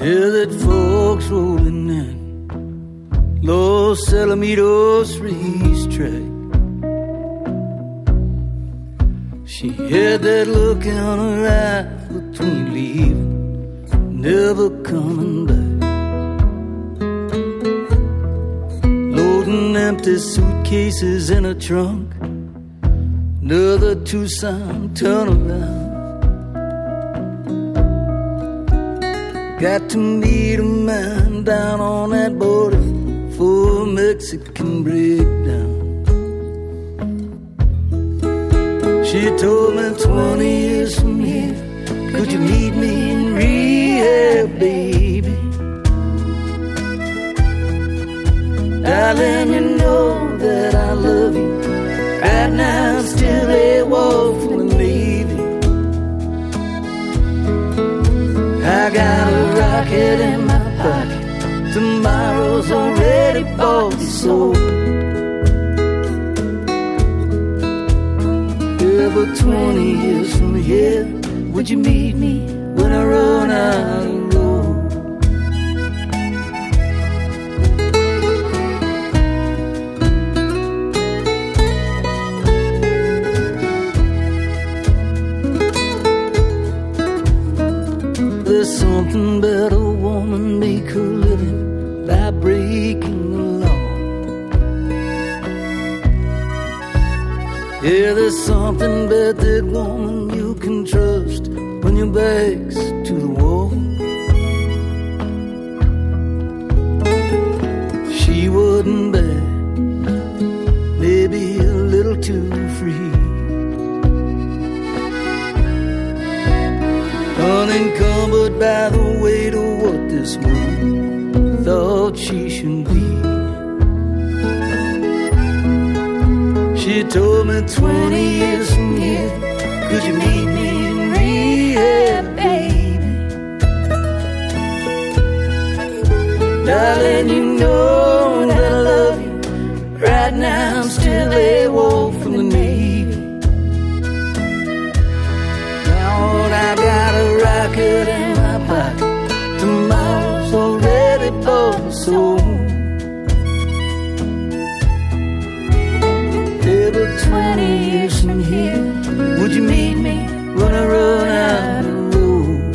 S4: Hear that folks rolling in Los Alamitos racetrack. She had that look in her eye between leaving, never coming back. Loading empty suitcases in her trunk. Another Tucson turnaround. Got to meet a man down on that border for a Mexican breakdown. She told me 20 years from here, could you meet me in rehab, baby? Darling, you know that I love you. Right now, I'm still a wolf in the Navy. I got a rocket in my pocket. Tomorrow's already bought and sold. Yeah, but 20 years from here, would you meet me when I run out of road? There's something about a woman make her living by breaking the law. Yeah, there's something about that woman you can trust when your back's to the wall. She wasn't bad, maybe a little too free. unencumbered by the weight of what this woman thought she should be. She told me 20 years from here, could you meet me in rehab, baby? Darling, you know that I love you. Right now, I'm still a wolf from the Navy. Lord, I got a rocket in my pocket. Tomorrow's already bought and sold. Yeah, but 20 years from here, would you meet me when I run out of road?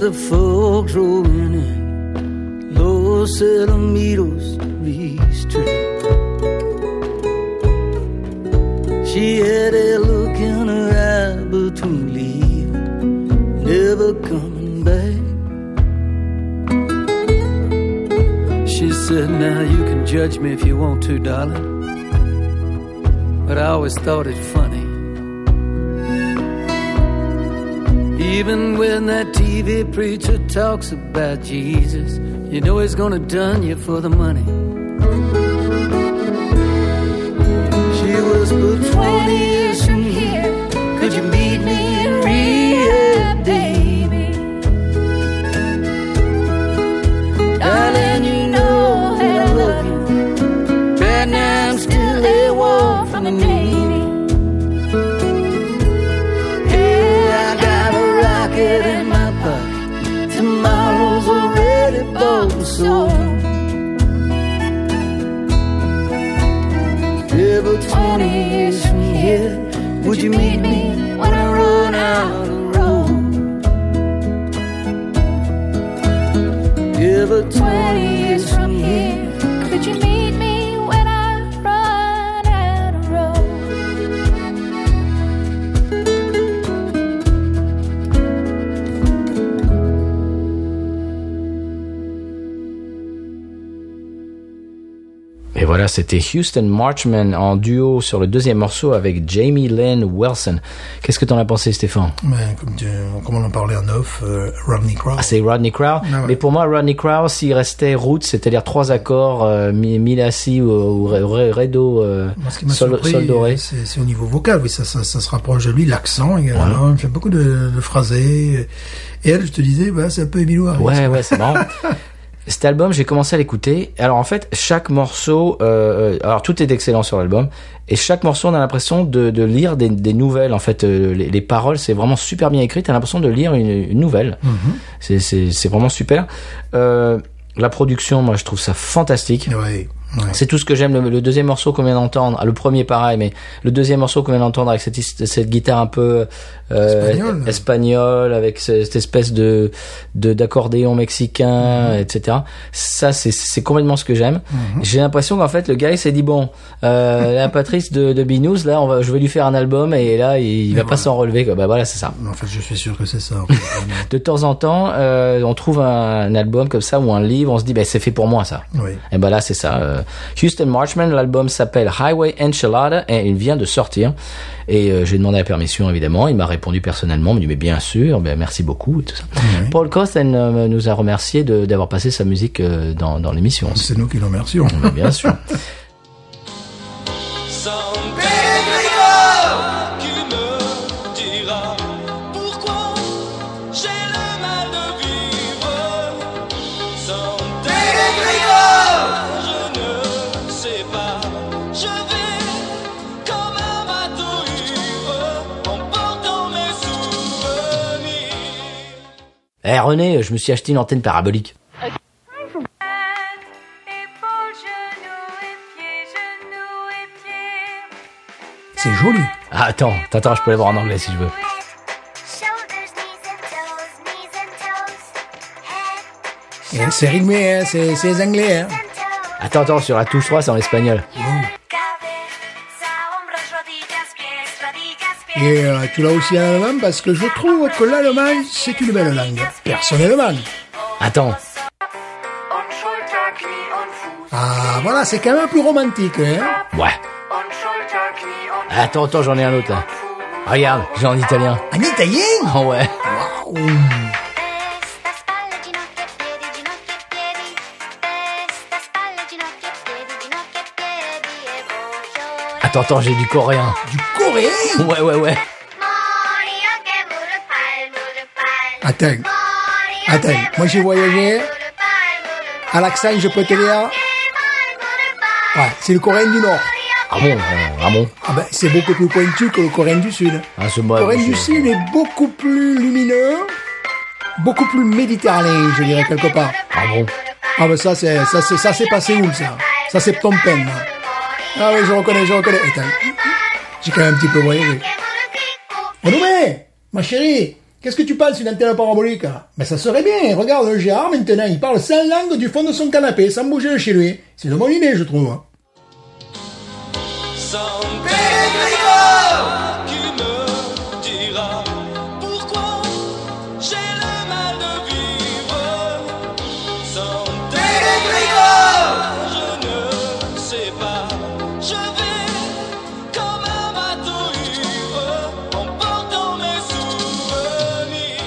S4: the folks rolling in Los Alamitos Beach Trail. She had a look in her eye between leaving, never coming back. She said, Now you can judge me if you want to, darling. But I always thought it funny. Even when that TV preacher talks about Jesus, you know he's gonna dun you for the money. She whispered, 20 years from here, could you meet me in rehab, baby? Darling, you know that I love you. Right now, I'm still a war from the Navy. Yeah, I got a rocket in my pocket. Tomorrow's already bought and sold. Yeah, but 20 years from here, would you meet me when I run out of road? Yeah, but 20 years from here,
S5: Could you meet me when I run out of road?
S2: Et voilà, c'était Houston Marchman en duo sur le deuxième morceau avec Jamie Lynn Wilson. Qu'est-ce que t'en as pensé, Stéphane
S3: Mais comme, tu- comme on en parlait en off, euh, Rodney Crowell.
S2: Ah, c'est Rodney Crowe.
S3: Ah ouais.
S2: Mais pour moi, Rodney Crowe, s'il restait roots, c'est-à-dire trois accords, euh, mi, mi la si ou, ou re- re- re- do, euh,
S3: Moi, ce qui m'a
S2: sol,
S3: surpris,
S2: sol doré.
S3: c'est c'est au niveau vocal, oui, ça, ça, ça se rapproche de lui, l'accent également, il fait beaucoup de, de phrasés. Et elle, je te disais, bah, c'est un peu Emilio Harris.
S2: Ouais, ouais, c'est marrant. Cet album, j'ai commencé à l'écouter. Alors en fait, chaque morceau, euh, euh, alors tout est excellent sur l'album, et chaque morceau, on a l'impression de, de lire des, des nouvelles. En fait, euh, les, les paroles, c'est vraiment super bien écrit. T'as l'impression de lire une, une nouvelle. C'est- C'est c'est vraiment super. Euh, la production, moi, je trouve ça fantastique.
S3: Ouais, ouais.
S2: C'est tout ce que j'aime. Le, le deuxième morceau qu'on vient d'entendre, ah, le premier pareil, mais le deuxième morceau qu'on vient d'entendre avec cette, his- cette guitare un peu euh,
S3: Espagnole.
S2: espagnole, avec ce- cette espèce de de- d'accordéon mexicain, etc. Ça, c'est- c'est complètement ce que j'aime. J'ai l'impression qu'en fait, le gars il s'est dit bon, euh, la Patrice de, de Binous, là, on va, je vais lui faire un album et là, il, il va pas s'en relever. Quoi. Bah voilà, c'est ça.
S3: En fait, je suis sûr que c'est ça.
S2: De temps en temps, euh, on trouve un, un album comme ça ou un livre, on se dit bah, c'est fait pour moi ça.
S3: oui.
S2: Et ben là, c'est ça. euh, Houston Marchman, l'album s'appelle Highway Enchilada et il vient de sortir. Et euh, j'ai demandé la permission, évidemment. Il m'a répondu personnellement, il m'a dit, mais bien sûr, ben, merci beaucoup. et Tout ça. Paul Costen euh, nous a remercié de- d'avoir passé sa musique euh, dans, dans l'émission.
S3: C'est nous qui l'en remercions.
S2: Ben, bien sûr.
S6: Sans bénévole, qui me dira pourquoi j'ai le mal de vivre Sans bénévole, je ne sais pas Je vais comme un bateau ivre En portant mes souvenirs
S2: Eh René, je me suis acheté une antenne parabolique.
S7: Tête, épaules, genoux et pieds, genoux et pieds.
S3: C'est joli.
S2: Ah, attends, attends, je peux l'avoir en anglais si je veux.
S7: Shoulders, knees and toes, knees and toes. Head,
S3: Et C'est rythmé, hein, c'est c'est les anglais.
S7: and
S3: Hein.
S7: toes.
S2: Attends, attends, sur la touche 3, c'est en espagnol.
S7: Cabeza, hombros, rodillas, pies, rodillas, pies.
S3: Et euh, tu l'as aussi en allemand parce que je trouve que l'allemagne, c'est une belle langue. Personnellement.
S2: Attends,
S7: Und Schulter, Knie und Fuß.
S3: Ah, voilà, c'est quand même plus romantique. Hein.
S2: ouais.
S7: Und Schulter, Knie und
S2: Attends, attends, j'en ai un autre là. Regarde, j'ai en italien.
S3: En italien
S2: Oh ouais.
S7: Testa, spalla, ginocchia, piedi, ginocchia, piedi. Testa, spalla, ginocchia, piedi, ginocchia, piedi. E voglio
S2: Attends, attends, j'ai du coréen.
S3: Du coréen
S2: Ouais, ouais, ouais.
S7: Morio que Murupal, Murupal.
S3: Attends, attends, moi j'ai voyagé. À l'accent, je peux te dire. Ouais, c'est le coréen du nord.
S2: Ah bon, euh, ah bon.
S3: Ah ben, c'est beaucoup plus pointu que le coréen du sud.
S2: Ah, c'est
S3: Le
S2: moi.
S3: coréen du
S2: monsieur.
S3: sud est beaucoup plus lumineux, beaucoup plus méditerranéen, je dirais quelque part.
S2: Ah bon.
S3: Ah ben ça c'est ça c'est ça Ah, c'est passé où ça Ça c'est Phnom Penh. hein. Ah oui, je reconnais, je reconnais. Attends, j'ai quand même un petit peu voyagé. Ah. Renommé, ma chérie, qu'est-ce que tu penses d'une antenne parabolique Ben ça serait bien. Regarde le Gérard maintenant, il parle sans langue du fond de son canapé, sans bouger de chez lui. C'est de mon idée, je trouve. hein.
S6: Sans bénévole, qui me dira pourquoi j'ai le mal de vivre Sans bénévole, je ne sais pas Je vais comme un bateau ivre En portant mes souvenirs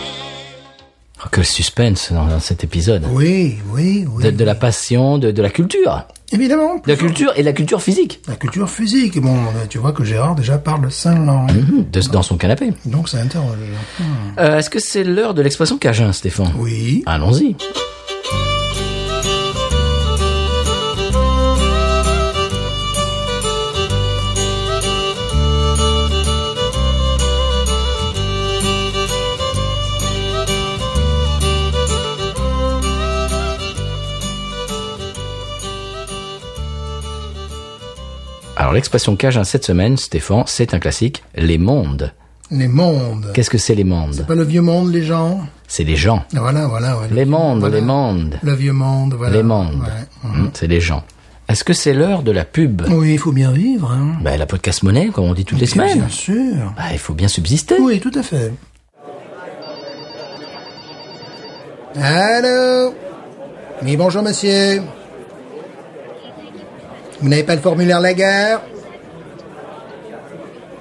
S2: Oh, quel suspense dans, dans cet épisode.
S3: Oui, oui, oui.
S2: De, de la passion, de, de la culture.
S3: Évidemment.
S2: De la culture et de la culture physique.
S3: La culture physique. Bon, euh, tu vois que Gérard déjà parle cinq langues.
S2: Hmm, de- dans son canapé.
S3: Donc ça interroge.
S2: Euh, Est-ce que c'est l'heure de l'expression Cajun, Stéphane
S3: Oui.
S2: Ah. Allons-y. Alors l'expression Cajun cette semaine, Stéphane, c'est un classique, les mondes.
S3: Les mondes.
S2: Qu'est-ce que c'est les mondes
S3: Pas le vieux monde, les gens.
S2: C'est les gens.
S3: Voilà, voilà. ouais.
S2: Les mondes,
S3: Voilà.
S2: les mondes.
S3: Le vieux monde, voilà.
S2: Les mondes.
S3: Ouais.
S2: Mhm, C'est les gens. Est-ce que c'est l'heure de la pub
S3: Oui, il faut bien vivre. Hein.
S2: ben, La podcast monnaie, comme on dit toutes les semaines.
S3: Bien sûr.
S2: Bah, il faut bien subsister.
S3: Oui, tout à fait. Allô Oui, bonjour, monsieur. Vous n'avez pas le formulaire Lagarde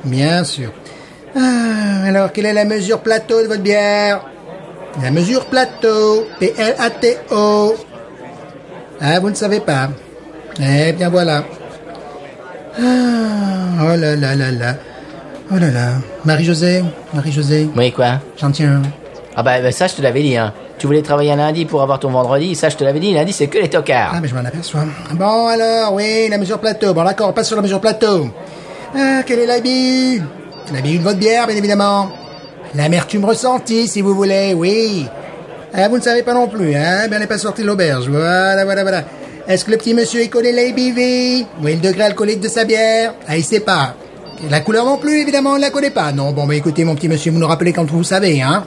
S3: Bien sûr. Ah, alors, quelle est la mesure plateau de votre bière La mesure plateau, P-L-A-T-O. Ah, vous ne savez pas. Eh bien, voilà. Ah, oh là là là là. Oh là là. Marie-Josée, Marie-Josée,
S2: Oui, quoi
S3: j'en tiens un.
S2: Ah bah, bah, ça, je te l'avais dit, hein. Tu voulais travailler un lundi pour avoir ton vendredi, ça, je te l'avais dit, lundi, c'est que les tocards.
S3: Ah, mais je m'en aperçois. Bon, alors, oui, la mesure plateau. Bon, d'accord, on passe sur la mesure plateau. Ah, quel est l'habit L'habit de votre bière, bien évidemment. L'amertume ressentie, si vous voulez, oui. Ah, vous ne savez pas non plus, hein Bien, on n'est pas sorti de l'auberge. Voilà, voilà, voilà. Est-ce que le petit monsieur, il connaît l'ABV Oui, le degré alcoolique de sa bière Ah, il sait pas. Et la couleur non plus, évidemment, on ne la connaît pas. Non, bon, bah écoutez, mon petit monsieur, vous nous rappelez quand vous savez, hein Ah.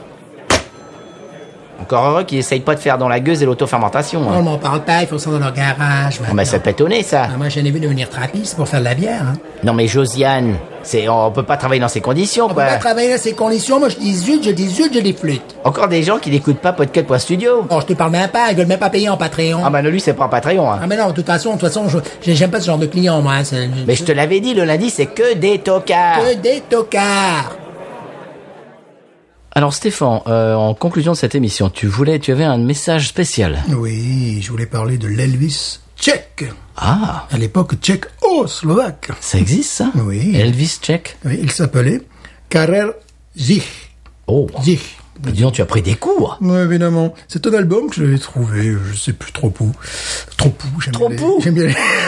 S2: Encore heureux qu'ils essayent pas de faire dans la gueuse et l'autofermentation.
S3: On
S2: Hein.
S3: m'en parle pas, il faut ça dans leur garage.
S2: Oh, mais ça peut étonner, ça.
S3: Ah, moi, j'en ai vu devenir trapiste pour faire de la bière. Hein.
S2: Non, mais Josiane, c'est, on peut pas travailler dans ces conditions,
S3: On peut
S2: quoi.
S3: pas travailler dans ces conditions. Moi, je dis zut, je dis zut, je dis flûte.
S2: Encore des gens qui n'écoutent pas podcast.studio.
S3: Bon, je te parle même pas. Ils veulent même pas payer en Patreon.
S2: Ah bah, ne lui, c'est pas un Patreon, hein.
S3: Ah, mais non, de toute façon, de toute façon, je- j'ai- j'aime pas ce genre de client, moi. hein, C'est
S2: Mais je te l'avais dit, le lundi, c'est que des tocards.
S3: que des tocards.
S2: Alors, Stéphane, euh, en conclusion de cette émission, tu voulais, tu avais un message spécial.
S3: Oui, je voulais parler de l'Elvis tchèque.
S2: Ah,
S3: À l'époque, tchèque au slovaque.
S2: ça existe, ça
S3: Oui.
S2: Elvis Check.
S3: Oui, il s'appelait Karer Zich.
S2: Oh.
S3: Zich.
S2: Bah, Dis donc, tu as pris des cours.
S3: Oui, évidemment. C'est un album que j'avais trouvé, je sais plus trop où. Trop où, j'aime
S2: Trop
S3: bien les-
S2: où
S3: J'aime bien les-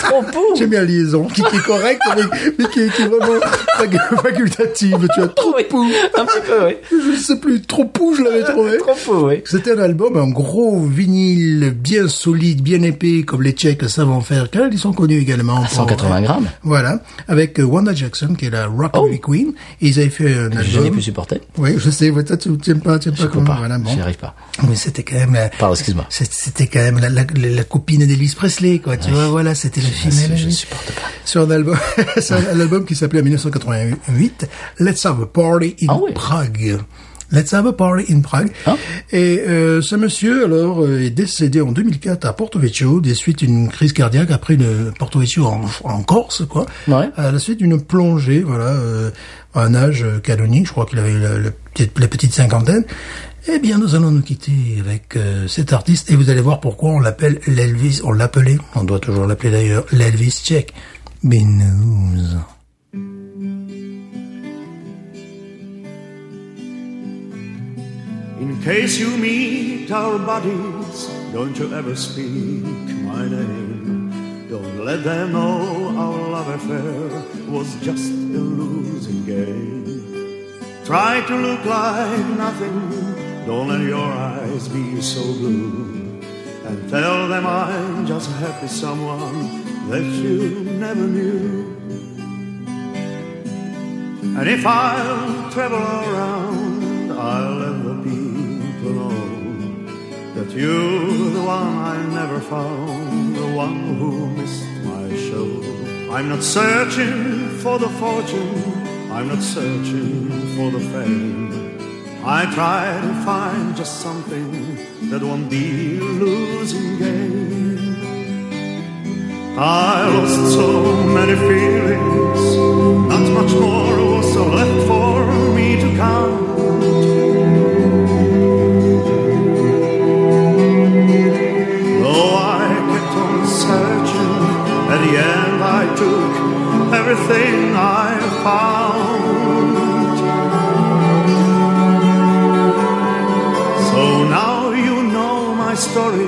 S2: Trop pou.
S3: J'aime bien la liaison, qui, qui est correcte, mais, mais qui, est- qui est vraiment fac- facultative. Tu as trop
S2: Oui,
S3: pou.
S2: Un petit peu, oui.
S3: Je ne sais plus, trop pou, je l'avais trouvé.
S2: Trop pou, oui.
S3: C'était un album, un gros vinyle bien solide, bien épais, comme les Tchèques savent en faire. Car ils sont connus également. pour-
S2: 180 grammes.
S3: Voilà. Avec euh, Wanda Jackson, qui est la rock queen. Et ils avaient fait un
S2: Oh. Je n'ai
S3: album.
S2: plus supporté.
S3: Oui, je sais, ouais, toi, tu n'aimes pas, tu aimes pas
S2: Je peux
S3: comment,
S2: pas.
S3: voilà, bon.
S2: J'y arrive pas.
S3: Mais c'était quand même la,
S2: Pardon, excuse-moi.
S3: c'est- c'était quand même la, la, la- la copine d'Elvis Presley, quoi, tu vois, voilà, c'était le final.
S2: Je ne
S3: oui.
S2: supporte pas.
S3: Sur un album, sur un album qui s'appelait en 1988, Let's Have a Party in
S2: Ah oui.
S3: Prague. Let's have a party in Prague.
S2: Ah.
S3: Et euh, ce monsieur, alors, euh, est décédé en 2004 à Porto Vecchio, des suites d'une crise cardiaque après une Porto Vecchio en, en Corse, quoi.
S2: Ouais.
S3: Euh, À la suite d'une plongée, voilà, euh, à un âge euh, canonique, je crois qu'il avait la, la petite, la petite cinquantaine. Eh bien, nous allons nous quitter avec euh, cet artiste et vous allez voir pourquoi on l'appelle l'Elvis, on l'appelait, on doit toujours l'appeler d'ailleurs, l'Elvis tchèque. Binous.
S8: In case you meet our bodies, don't you ever speak my name. Don't let them know our love affair was just a losing game. Try to look like nothing, don't let your eyes be so blue. And tell them I'm just happy someone that you never knew. And if I'll travel around, I'll let the people know that you're the one I never found, the one who missed my show. I'm not searching for the fortune, I'm not searching for the fame. I try to find just something that won't be a losing game. I lost so many feelings, not much more was so left for me to count. Though I kept on searching, at the end I took everything I found. So now you know my story.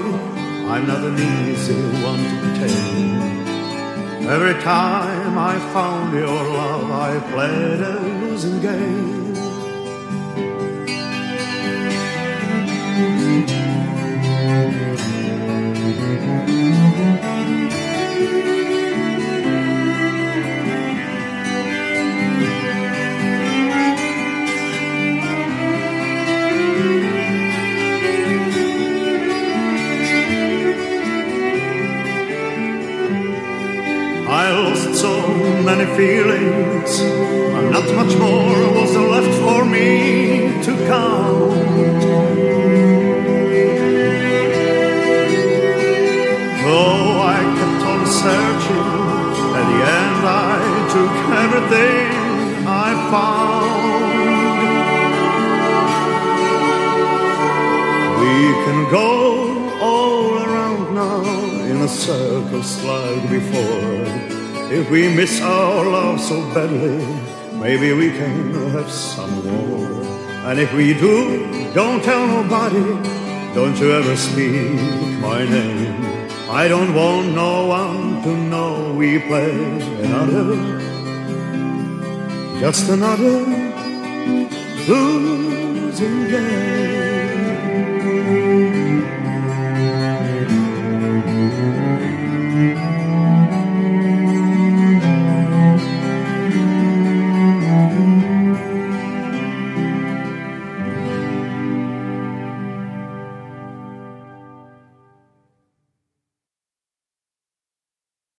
S8: I'm not an easy one to tame. Every time I found your love, I played a losing game. I lost so many feelings, and not much more was left for me to count. Though I kept on searching, took everything I found. We can go all around now in a circles like before. If we miss our love so badly, maybe we can have some more. And if we do, don't tell nobody, don't you ever speak my name. I don't want no one to know we play another, just another losing game.